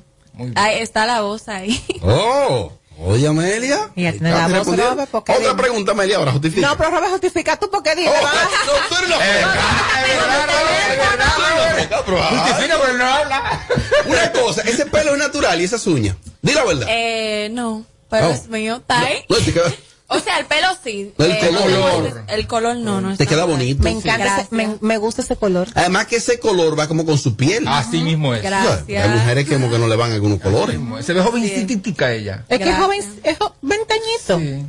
L: Ahí está la voz ahí.
A: Oh. Oye, Amelia.
E: Ella tiene la
A: ¿Estás
E: voz,
A: respondiendo?
E: Robert, porque
A: Otra
E: de-
A: pregunta, Amelia, ahora justifica.
E: No, pero Robert, justifica tú porque
B: Oh.
E: dime. ¿verdad?
A: Justifica,
B: pero no habla.
A: Una cosa, ese pelo es natural y esas uñas. Di la verdad.
L: Eh, no, pero
A: Oh.
L: es mío, está ahí.
A: No, te queda,
L: O sea, el pelo sí.
A: El
L: eh, no te
A: color.
L: puedes- el color no, no
A: te
L: está.
A: queda bonito.
E: Me encanta, ese- me, me gusta ese color.
A: Además que ese color va como con su piel.
B: Así mismo es.
E: Gracias.
A: Hay mujeres que como que no le van algunos colores.
B: Se ve jovencitica ella.
E: Es que es joven, es jo- ventañito.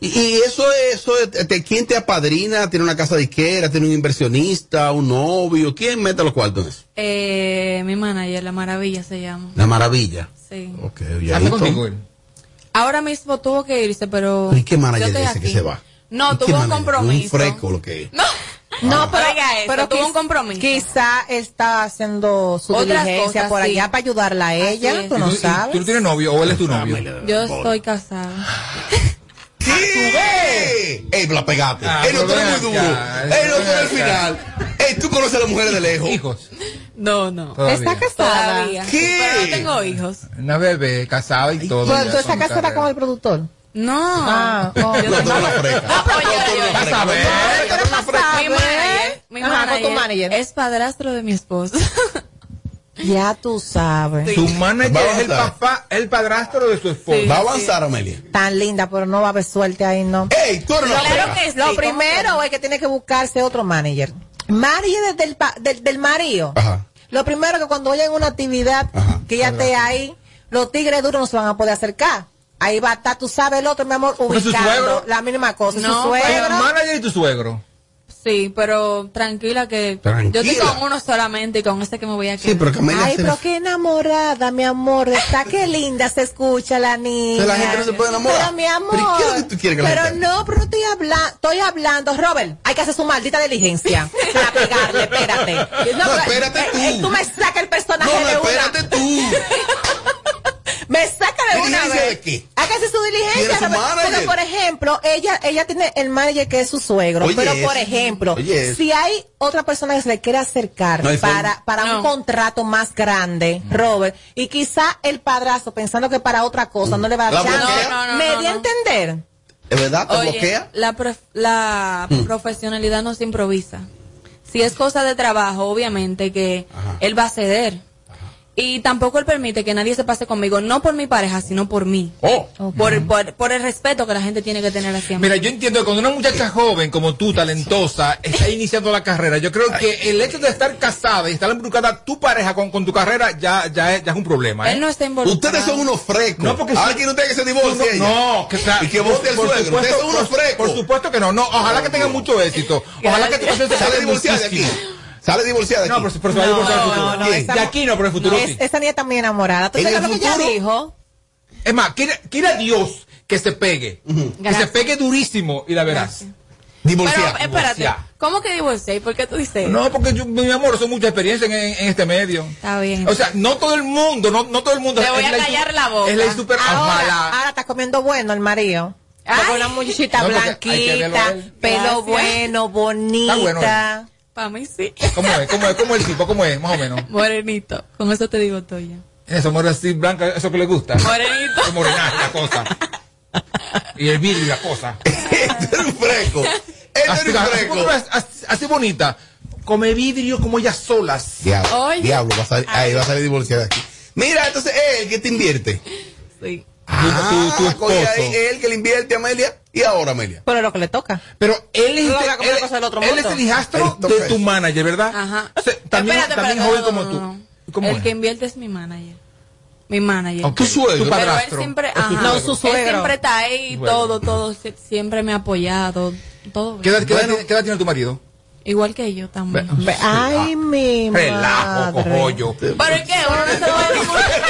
A: Y, y eso es, eso es- te- ¿quién te apadrina? ¿Tiene una casa de izquierda? ¿Tiene un inversionista? ¿Un novio? ¿Quién mete los cuartos en eso?
L: Eh, mi manager, la maravilla se llama.
A: La maravilla.
L: Sí.
A: Ok,
B: ¿Anda contigo
L: Ahora mismo tuvo que irse, pero.
A: ¿Y qué
L: yo
A: manager
L: estoy
A: es ese
L: aquí.
A: que se va?
L: No,
A: ¿Y qué
L: tuvo un
A: manager?
L: compromiso.
A: Un fresco lo que es.
E: No, pero,
L: Oiga eso,
E: pero
L: tuvo
E: quiz-
L: un compromiso.
E: Quizá está haciendo su
L: Otras
E: diligencia
L: cosas,
E: por
L: sí.
E: allá para ayudarla a ella,
L: es.
E: tú
B: ¿Y
E: no
B: tú, y
E: sabes.
B: ¿Tú no tienes novio o él es tu novio?
L: Yo estoy casada.
A: ¡Eh! ¡Ey, la pegaste!
B: Ah,
A: ¡Ey, no, tú
B: pero
A: eres muy
B: ven
A: duro!
B: acá,
A: ¡Ey, no, tú eres el
B: ven acá.
A: final! ¡Ey, tú conoces a las mujeres de lejos!
B: Hijos.
L: No, no.
B: Todavía.
E: ¿Está casada?
L: Todavía.
E: ¿Qué?
L: Pero no tengo hijos.
B: Una bebé, casada y todo.
E: ¿Tú,
B: ya
E: tú estás
B: son
E: casada
B: carreras.
E: con el productor?
L: No.
E: Ah, oh.
L: Yo tengo-
B: Vas a ver.
L: Mi manager, ¿eh? mi
E: Ajá, con tu
L: manager es padrastro de mi esposo.
E: Ya tú sabes.
B: Su manager
E: Va a
B: es el
E: avanzar.
B: papá, el padrastro de su esposo.
E: Sí, Va a sí. avanzar,
A: Amelia?
E: Tan linda, pero no va a haber suerte ahí, ¿no?
A: ¡Ey, tú eres
E: Lo,
A: una fea.
E: que sí, lo primero es que tiene que buscarse otro manager. Manager del, pa- del, del marido. Lo primero que cuando vayan a una actividad, que ya esté ahí, los tigres duros no se van a poder acercar. Ahí va a estar, tú sabes, el otro, mi amor,
B: Pero su
E: ubicando
B: suegro-
E: la misma cosa.
L: No,
E: su
B: El
E: suegro.
B: manager y tu suegro.
L: Sí, pero tranquila que yo estoy
B: Tranquila.
L: con uno solamente y con ese que me voy a quedar.
A: pero Camelia
E: Ay,
A: se
E: pero
A: le-
E: qué enamorada, mi amor. Está qué linda se escucha la niña.
A: Pero la gente no se puede enamorar.
E: Pero mi amor.
A: ¿Pero qué es lo que tú quieres que la
E: Pero
A: gente
E: no, pero no estoy hablando, estoy hablando, Robert. Hay que hacer su maldita diligencia para pegarle, espérate.
A: No,
E: pero-
A: espérate
E: eh,
A: tú.
E: eh, tú me sacas el personaje
A: No, no,
E: de una.
A: espérate tú.
E: me saca de una
A: ¿Diligencia
E: vez.
A: de qué?
E: Hágase su
A: ¿Quién es
E: diligencia.
A: su
E: Robert.
A: manager?
E: Pero por ejemplo, ella ella tiene el manager que es su suegro,
A: Oye,
E: pero por
A: eso.
E: ejemplo,
A: Oye, eso.
E: si hay otra persona que se le quiere acercar
A: No hay
E: para
A: forma.
E: para un contrato más grande, Robert, y quizá el padrazo pensando que para otra cosa no le va a
A: ¿La
E: dar chance,
A: bloquea?
L: No, no, no,
E: me
L: no,
E: di a
L: no.
E: entender.
A: ¿Es verdad? ¿Te
L: Oye,
A: bloquea?
L: la, prof- la
A: Mm.
L: profesionalidad no se improvisa. Si es cosa de trabajo, obviamente que él va a ceder. Y tampoco él permite que nadie se pase conmigo, no por mi pareja, sino por mí.
B: Oh.
L: Por, por, por el respeto que la gente tiene que tener hacia mí.
B: Mira, yo entiendo que cuando una muchacha joven como tú, talentosa, está iniciando la carrera, yo creo que el hecho de estar casada y estar embrucada tu pareja con, con tu carrera ya, ya, es, ya es un problema. ¿eh?
L: Él no está involucrado.
A: Ustedes son unos frescos.
B: No, porque
A: Ahora
B: sí.
A: que no tenga que se divorcie. ella.
B: No, que sea-
A: Y que vote el
B: por
A: suegro.
B: supuesto-
A: Ustedes son unos
B: por-
A: frescos.
B: Por supuesto que no. No, ojalá que tenga mucho éxito. Ojalá que tu canción se
A: Sale
B: salga
A: divorciada de aquí.
B: muchísimo.
A: Sale divorciada de
B: No,
A: aquí.
B: pero, pero se va a
E: No,
B: divorciar en el
E: no,
B: futuro.
E: no,
B: ¿Quién?
E: esa-
B: de aquí no, pero en el futuro
E: Es-
B: sí.
E: esa niña también enamorada. ¿Tú
B: En
E: sabes
B: el
E: lo que ella
B: futuro-
E: dijo?
B: Es más, quiera, quiera Dios que se pegue. Que se
L: Gracias.
B: pegue durísimo y la verás.
L: Pero
B: Divorciada.
L: espérate,
B: divorciada.
L: ¿cómo que divorcié? ¿Y por qué tú dices?
B: No, porque yo, mi amor, son mucha experiencia en, en este medio.
L: Está bien.
B: O sea, no todo el mundo, no, no todo el mundo.
L: Te voy
B: es
L: a
B: la-
L: callar la boca.
B: Es la super
E: Ahora,
B: ojalá.
E: ahora está comiendo bueno el marido. Con una muchachita
B: No, porque hay que verlo a
E: blanquita,
B: él.
E: pelo
L: Gracias.
E: bueno, bonita.
B: Está bueno él.
L: Para mí sí.
B: ¿Cómo es? ¿Cómo es? ¿Cómo es el tipo? ¿Cómo es? Más o menos.
L: Morenito. Con eso te digo todo ya.
B: Eso, mujer así blanca, eso que le gusta.
L: Morenito.
B: Es morenaje la cosa. Y el vidrio y la cosa.
A: Este era un fresco.
B: Así,
A: Este era un
B: así,
A: fresco.
B: así- así bonita. Come vidrio como ellas solas.
A: Diablo,
L: Oye.
A: diablo, va a salir, ahí va a salir divorciada aquí. Mira, entonces eh, él que te invierte.
L: Sí.
A: Ah,
B: tu- tu esposo.
A: coño, ahí, él que le invierte a Amelia. Y ahora, Amelia.
E: Pero es lo que le toca.
B: Pero él es,
E: No,
B: el-
E: la comida
B: él-
E: cosa del otro
B: él
E: mundo.
B: es el hijastro
A: Él toca
B: de
A: eso.
B: tu manager, ¿verdad?
L: Ajá.
B: O sea, también
L: Espérate,
B: también
L: espérate,
B: joven
L: no,
B: como
L: no,
B: tú.
L: no, no.
B: ¿Cómo
L: el
B: es? Ah,
L: que invierte es mi manager. Mi manager.
B: Ok. Tu suegro.
L: Pero
B: padrastro.
L: él siempre,
B: Es tu
L: ajá,
B: suegro.
E: No, su
L: Él
E: suegro.
L: siempre está ahí,
B: Bueno.
L: todo, todo, sie- siempre me ha apoyado, todo.
B: ¿Qué edad, qué edad tiene- qué edad tiene tu marido?
L: Igual que yo también.
B: Ve- ah,
E: Ve- Ay, mi
B: Relajo,
E: madre.
B: cogollo.
L: ¿Pero es que uno no se puede enamorar.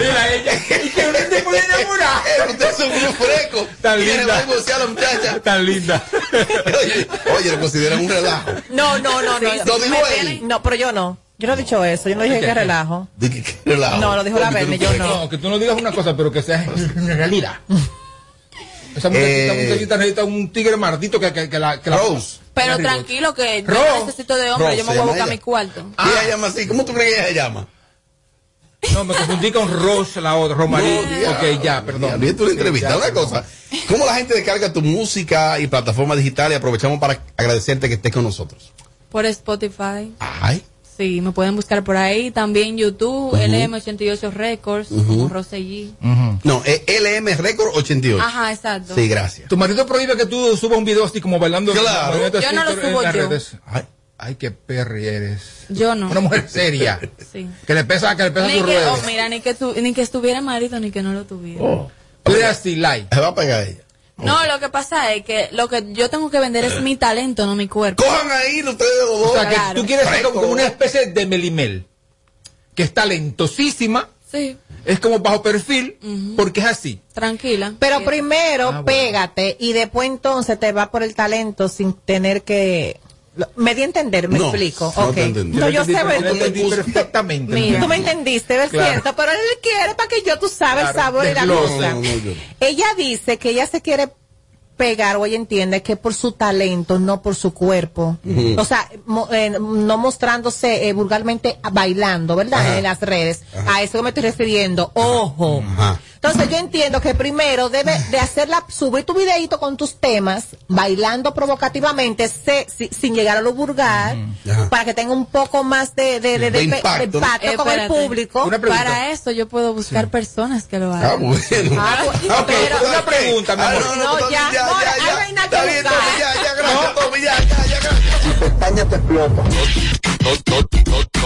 B: Mira ella. Y que no te puede enamorar.
A: Pero ustedes son unos frescos.
B: Tan
A: Y le
B: linda.
A: va a divorciar a la muchacha.
B: Tan linda.
A: Oye, oye, lo consideran un relajo.
E: No, no, no, no.
A: Lo dijo
E: Me
A: él.
E: tienen- No, pero yo no. Yo no he dicho eso. Yo no dije que relajo.
A: De que- que relajo.
E: No, lo dijo la Verne, yo no.
B: No, que tú no digas una cosa, pero que sea una realidad. Esa muchachita,
A: Eh.
B: muchachita necesita un tigre mardito que, que, que la. Que la-
A: Rose.
L: Pero
B: Una ribolla.
L: tranquilo que yo
B: Ro-
L: no necesito de hombre,
A: Ro, se
L: yo me voy a
A: llama
L: buscar
A: ella.
L: mi cuarto.
B: Ah.
A: Y ella llama así. ¿Cómo tú crees que ella llama?
B: No, me confundí con Rose, la otra, Romarín. ok, ya, perdón.
A: Diablo, y esto es una
B: Sí,
A: entrevista.
B: ya,
A: una
B: perdón.
A: cosa. ¿Cómo la gente descarga tu música y plataformas digitales? Aprovechamos para agradecerte que estés con nosotros.
L: Por Spotify.
A: Ay.
L: Sí, me pueden buscar por ahí. También YouTube,
B: Uh-huh.
A: Ujú.
L: LM88 Records, como Rosellí.
A: No, es LM Record 88.
L: Ajá, exacto.
A: Sí, gracias.
B: Tu marido prohíbe que tú subas un video así como bailando.
A: Claro.
B: movimientos
L: Yo no lo
B: así en
L: subo
B: las
L: yo.
B: redes. Ay, ay, qué perri eres.
L: Yo no.
B: Una mujer seria.
L: Sí.
B: Que le pesa, que le pesa
L: Ni
B: tu
L: que,
B: ruedo.
L: oh, mira, ni que, tu- ni que estuviera marido, ni que no lo tuviera.
B: Oh, Tú eres así, like.
A: Se va a pegar ella.
L: No, lo que pasa es que lo que yo tengo que vender es mi talento, no mi cuerpo.
A: Cojan ahí los tres de los dos.
B: O sea, que
L: Claro.
B: tú quieres ser como,
A: Fresco.
B: como una especie de Melimel. Que es talentosísima,
L: Sí,
B: es como bajo perfil, porque es así.
L: tranquila.
E: Pero
L: Sí.
E: primero
B: Ah, bueno.
E: pégate y después entonces te va por el talento sin tener que... lo- Me di a entender, me
A: No,
E: explico.
A: no te
E: Ok.
A: entendí.
E: No, yo sé,
B: pero
E: ¿verdad?
B: yo entendí perfectamente.
L: Mira.
E: Tú me entendiste, ¿ves
B: Claro.
E: cierto? Pero él quiere para que yo, tú sabes,
B: Claro,
E: el sabor y la
B: desglosa.
E: cosa.
A: No, no, no, yo no.
E: Ella dice que ella se quiere pegar o ella entiende que por su talento, no por su cuerpo. O sea, mo- eh, no mostrándose eh, vulgarmente bailando, ¿verdad? En las redes. A eso me estoy refiriendo. Ojo.
A: Ajá.
E: Entonces yo entiendo que primero debe de hacerla, subir tu videito con tus temas, bailando provocativamente, se- si- sin llegar a lo vulgar,
A: Ajá.
E: para que tenga un poco más de, de,
A: De
E: de, de-
A: impacto,
E: de
A: ¿no?
E: impacto con el
L: Eh, Espérate.
E: público.
B: Una pregunta.
L: Para eso yo puedo buscar personas que lo hagan.
A: Ah, bueno.
E: Ah, bueno.
A: Ah, ok,
E: Pero-
A: ¿sabes
B: una
A: qué?
B: pregunta, mi
A: Ah,
B: amor.
A: no, no,
E: No,
A: no,
E: ya,
A: ya,
E: no,
A: ya,
E: ahí no hay
A: ya.
E: nada
A: Está
E: que
A: bien,
E: buscar.
A: Tommy, ya, ya, gracias, Tommy, ya, ya, ya, gracias.
I: No, no, no, no,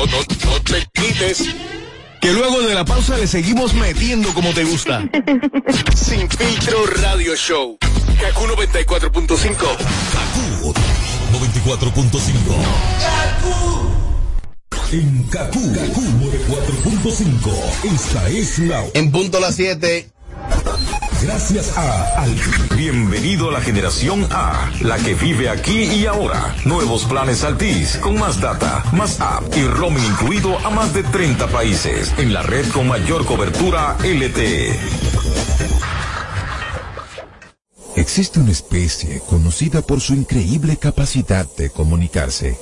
I: no, no te quites. que luego de la pausa le seguimos metiendo como te gusta. Sin filtro radio show. Kaku 94.5.
C: Kaku 94.5. En Kaku, Kaku 94.5. Esta es la.
A: En punto las 7.
C: Gracias a Al.
M: Bienvenido a la generación A, la que vive aquí y ahora. Nuevos planes Altis, con más data, más app y roaming incluido a más de 30 países, en la red con mayor cobertura LTE.
N: Existe una especie conocida por su increíble capacidad de comunicarse.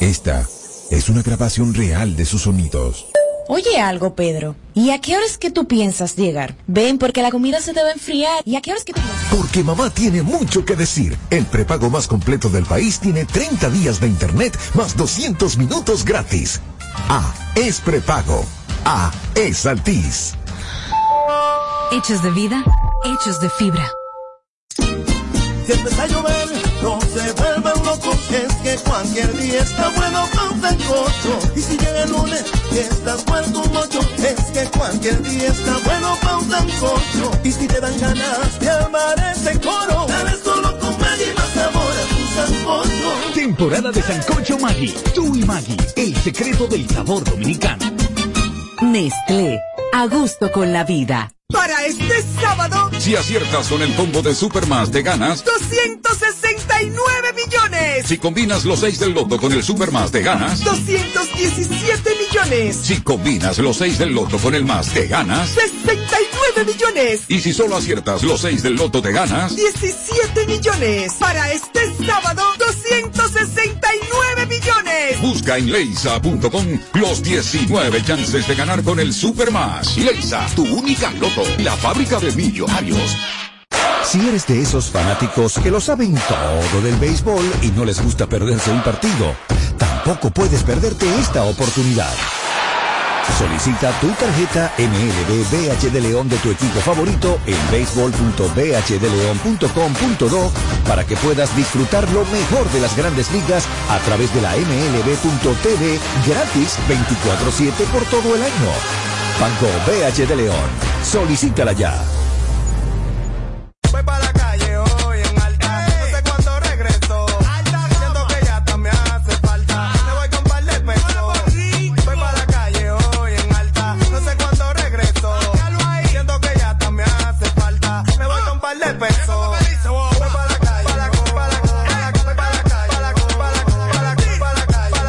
N: Esta es una grabación real de sus sonidos.
O: Oye algo, Pedro. ¿Y a qué horas que tú piensas llegar? Ven, porque la comida se te va a enfriar. ¿Y a qué horas que tú piensas?
P: Porque mamá tiene mucho que decir. El prepago más completo del país tiene 30 días de internet más 200 minutos gratis. A es prepago. A es Altiz.
Q: Hechos de vida, hechos de fibra.
R: Si empieza a llover, no se vuelvan locos. Es que cualquier día está bueno para un sancocho. Y si llega el lunes y estás muerto un ocho, es que cualquier día está bueno para un sancocho. Y si te dan ganas de armar ese coro, dale solo con Maggi más sabor a tu sancocho.
S: Temporada de Sancocho Maggi. Tú y Maggi, el secreto del sabor dominicano.
T: Nestlé, a gusto con la vida.
U: Para este sábado,
M: Si aciertas con el combo de Supermas, te ganas.
U: 269 millones.
M: Si combinas los 6 del loto con el Supermas, te ganas.
U: 217 millones.
M: Si combinas los 6 del loto con el más, te ganas.
U: 69 millones.
M: Y si solo aciertas los 6 del loto, te ganas.
U: 17 millones. Para este sábado, 269 millones.
M: Busca en leisa.com los 19 chances de ganar con el Supermas. Leisa, tu única loto. La fábrica de millonarios.
V: Si eres de esos fanáticos que lo saben todo del béisbol y no les gusta perderse un partido, tampoco puedes perderte esta oportunidad. Solicita tu tarjeta MLB BH de León de tu equipo favorito en béisbol.bhdeleon.com.do para que puedas disfrutar lo mejor de las grandes ligas a través de la MLB.tv gratis 24-7 por todo el año. Banco BH de León. Solicítala ya.
R: Voy para la calle hoy en alta. No sé cuándo regreso. Siento que ya hasta me hace falta. Le voy con par de pesos. Voy para la calle hoy en alta. No sé cuándo regreso. Siento que ya hasta me hace falta. Le voy con par de pesos. Voy para la calle. Para la calle. Para la calle. Para la calle. Para la calle.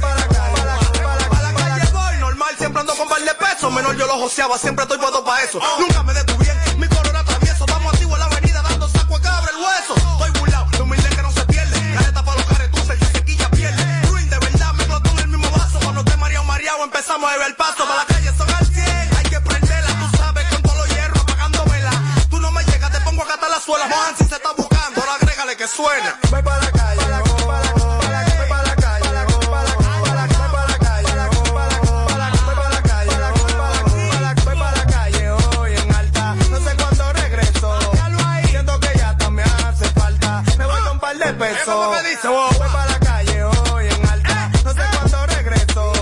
R: Para la calle. Para la calle. Para la calle. Para la calle. Para la calle. Para la calle. Voy normal. Siempre ando con par de pesos. Menor yo lo joseaba. Siempre estoy puesto para eso. Nunca me detuvieron. Mi corona atravieso, vamos activo en la avenida dando saco a cabra el hueso. Estoy burlado, de humilde que no se pierde. La neta para los caretus, el que sequilla pierde. Ruin de verdad, me explotó en el mismo vaso. Cuando esté mareado, mareado, empezamos a beber el paso. Para la calle son al 100, hay que prenderla. Tú sabes, con todos los hierros apagándomela. Tú no me llegas, te pongo acá hasta la suela. Mojan si se está buscando, ahora agrégale que suena. Voy para la calle. Voy para la calle hoy en alta, no sé cuándo regreso. Siento que ya hasta me hace falta, me voy con un par de pesos. Voy para la calle hoy en alta, no sé cuándo regreso.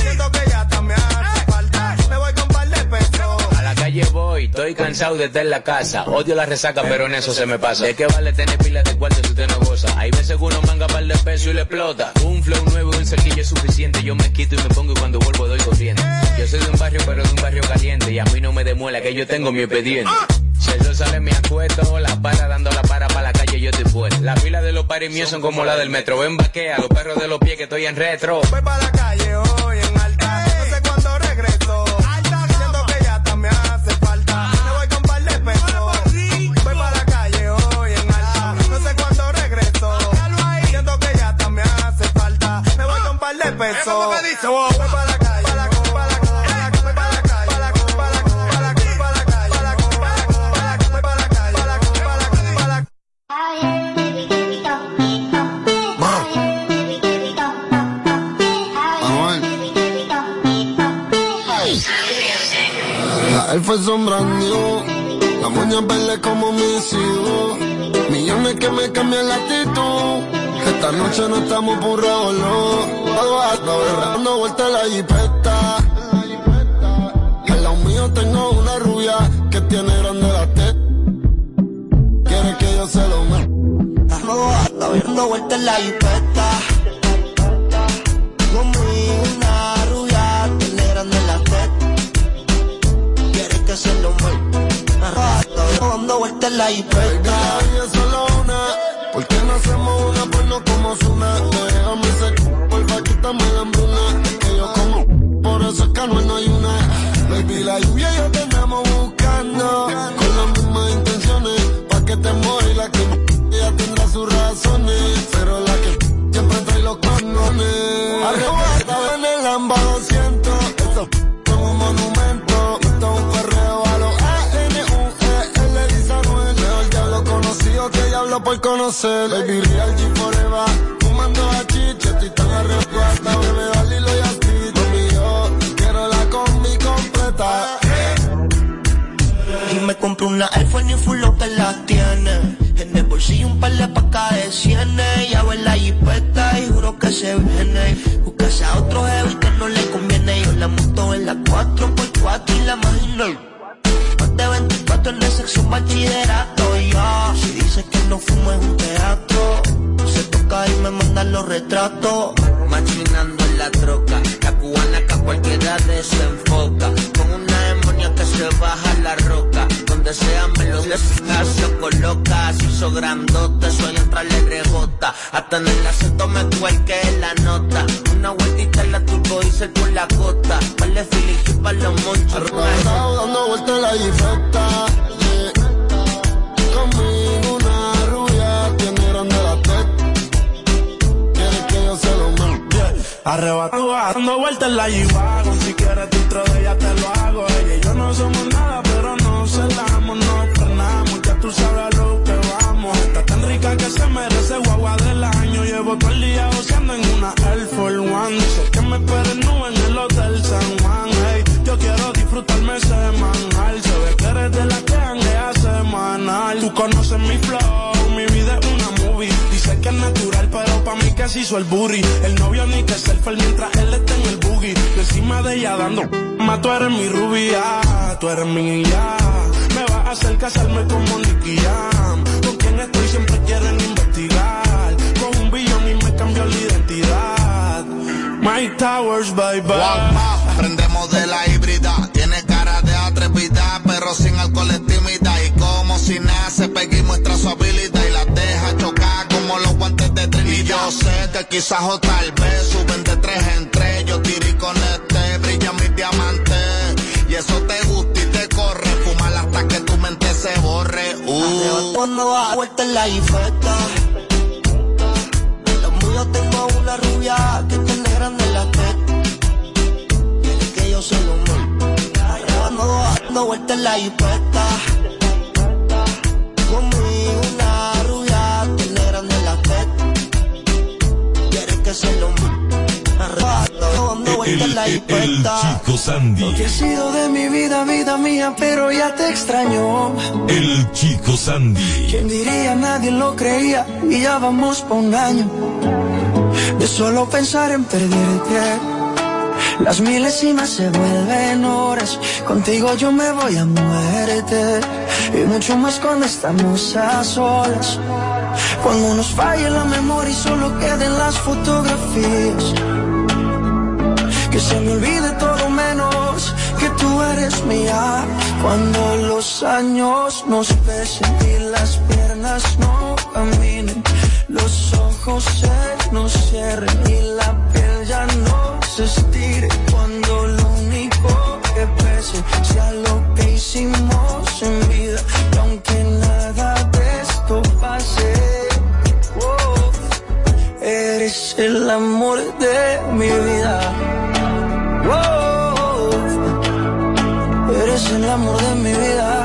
R: Siento que ya hasta me hace falta, me voy con un par de pesos.
W: A la calle voy, estoy cansado de estar en la casa. Odio la resaca, pero en eso se me pasa. ¿De qué vale tener pilas de cuarto si usted no goza? Hay veces que uno manga par de pesos y le explota. Un flow nuevo y un cerquillo es suficiente. Yo me quito y me pongo y cuando vuelvo doy corriente. Yo soy de un barrio, pero de un barrio caliente. Y a mí no me demuela que yo tengo mi expediente. Si el sol sale me acuesto, la para dando la para para la calle yo estoy fuera. La fila de los paris míos son como la del metro. Ven vaquea, los perros de los pies que estoy en retro.
R: Voy para la calle hoy en alta, no sé cuándo regreso. Siento que ya hasta me hace falta, me voy con un par de pesos. Voy para la calle hoy en alta, no sé cuándo regreso. Siento que ya hasta me hace falta, me voy con un par de pesos. Voy para la calle. Para la calle. Para la calle.
X: La él fue sombrando, la moña verde como mi sigo. Millones que me cambian la actitud. Esta noche no estamos por reloj. Dando vueltas la jipeta. yo tengo una rubia que tiene grande la T. Quiere que yo se lo me. La roba, está viendo vuelta en la jipeta. Conmigo una rubia tiene grande la T. Quiere que se lo me. La roba, está viendo dando vuelta en la jipeta. solo una. ¿Por qué no hacemos una pues no como una? Déjame ese cu- porfa, quítame la hambruna. Es que yo como por eso es que no, no hay una. Baby, la lluvia y yo te andamos buscando. Con las mismas intenciones. Pa' que te mueres la que ella tendrá sus razones. Pero la que siempre trae los condones. Arrebata en el AMBA 200. Esto es un monumento. Y esto es un perreo a E los A-N-U-E-L Isanuel. Mejor diablo conocido que diablo por conocer. Baby, real G forever. Fumando a chiche, estoy tan arrebatado. Bebé, dale y lo ya Mami, yo quiero la combi completa.
Y: Y me compré una iPhone y full lo que la tiene. En el bolsillo un par de pacas de cienes. Y hago en la jipeta y juro que se viene. Buscase a otro jefe que no le conviene. Yo la monto en la 4x4 y la imagino. Más de 24 en la sección bachillerato. Y ah, si dice que no fumo en un teatro. Se toca y me mandan los retratos.
Z: Machinando en la troca, la cubana que a cualquiera desenfoca. Con una demonia que se baja la roca, donde sea me lo desca, se coloca. Si hizo grandote, soy entra le rebota. Hasta en el acento me cuelque la nota. Una vueltita en la turbo hice por la costa. Vale Philly y pa' los monchos.
X: Arrebatado dando vueltas en la jipeta. yeah. Conmigo una rubia tiene grande la teta. Quiere que yo se lo mame.
Y: Arrebatado
G: dando vueltas en la G-Wagon Si quieres dentro de ella te lo hago Ella y yo no somos nada pero no celamos No frenamos, ya tú sabes a lo que vamos Está tan rica que se merece guagua del año Llevo todo el día buceando en una Air Force One Dice que me esperen no en el Hotel San Juan Hey, yo quiero disfrutarme semanal Se ve que eres de la que janguea semanal Tú conoces mi flow, mi vida es una movie Dice que es natural, pero pa' mí que se hizo el burry. El novio ni que selfie mientras él está en el boogie. Yo encima de ella dando. Ma, tú eres mi rubia, tú eres mía. Me vas a hacer casarme con Monique Jam. Con quien estoy siempre quieren investigar. Con un billón y me cambió la identidad. Mike Towers, bye bye.
Z: Prendemos de la híbrida, tiene cara de atrevida, pero sin alcohol es tímida. Y como si nada, se pega y muestra su habilidad y la deja chocar como los guantes de Trinidad. Y yo sé que quizás o tal vez suben de tres en tres. Yo tiro y con este, brilla mi diamante. Y eso te gusta y te corre, fumar hasta que tu mente se borre. Uh.
X: Cuando va a vuelta en la jipeta.
Y: Los míos tengo una rubia que tiene grande la teta. Quiere que yo se lo
X: Dando, dando vuelta en la jipeta.
Y: Conmigo una rubia tiene grande la teta. Quiere que se lo Arrebatado dando vueltas en la hipeta.
F: Chico Sandy.
Y: ¿Qué ha sido de mi vida, vida mía? Pero ya te extrañó.
F: El Chico Sandy.
Y: ¿Quién diría? Nadie lo creía y ya vamos por un año. De solo pensar en perderte, las milesimas se vuelven horas. Contigo yo me voy a muerte y mucho más cuando estamos a solas. Cuando nos falle la memoria y solo queden las fotografías. Que se me olvide todo menos que tú eres mía. Cuando los años nos pesen y las piernas no caminen, los ojos se nos cierren y la piel ya no se estire. Cuando lo único que pese sea lo que hicimos en vida, y aunque nada de esto pase. oh, Eres el amor de mi vida. Wow, eres el amor de mi vida.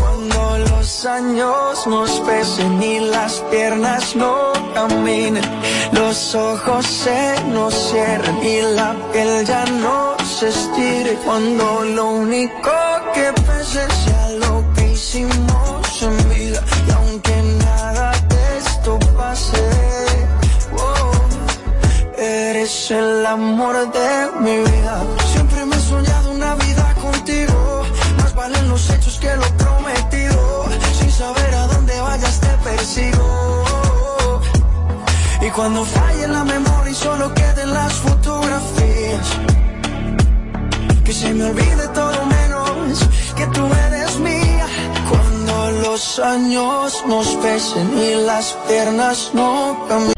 Y: Cuando los años nos pesen y las piernas no caminen, los ojos se nos cierren y la piel ya no se estire. Cuando lo único que pese sea lo que hicimos en vida y aunque nada de esto pase, oh, wow, eres el amor de mi vida. Siempre me he soñado una vida contigo. Más valen los hechos que lo prometido. Sin saber a dónde vayas te persigo. Y cuando falle la memoria y solo queden las fotografías, que se me olvide todo menos que tú eres mía. Cuando los años nos pesen y las piernas no caminan.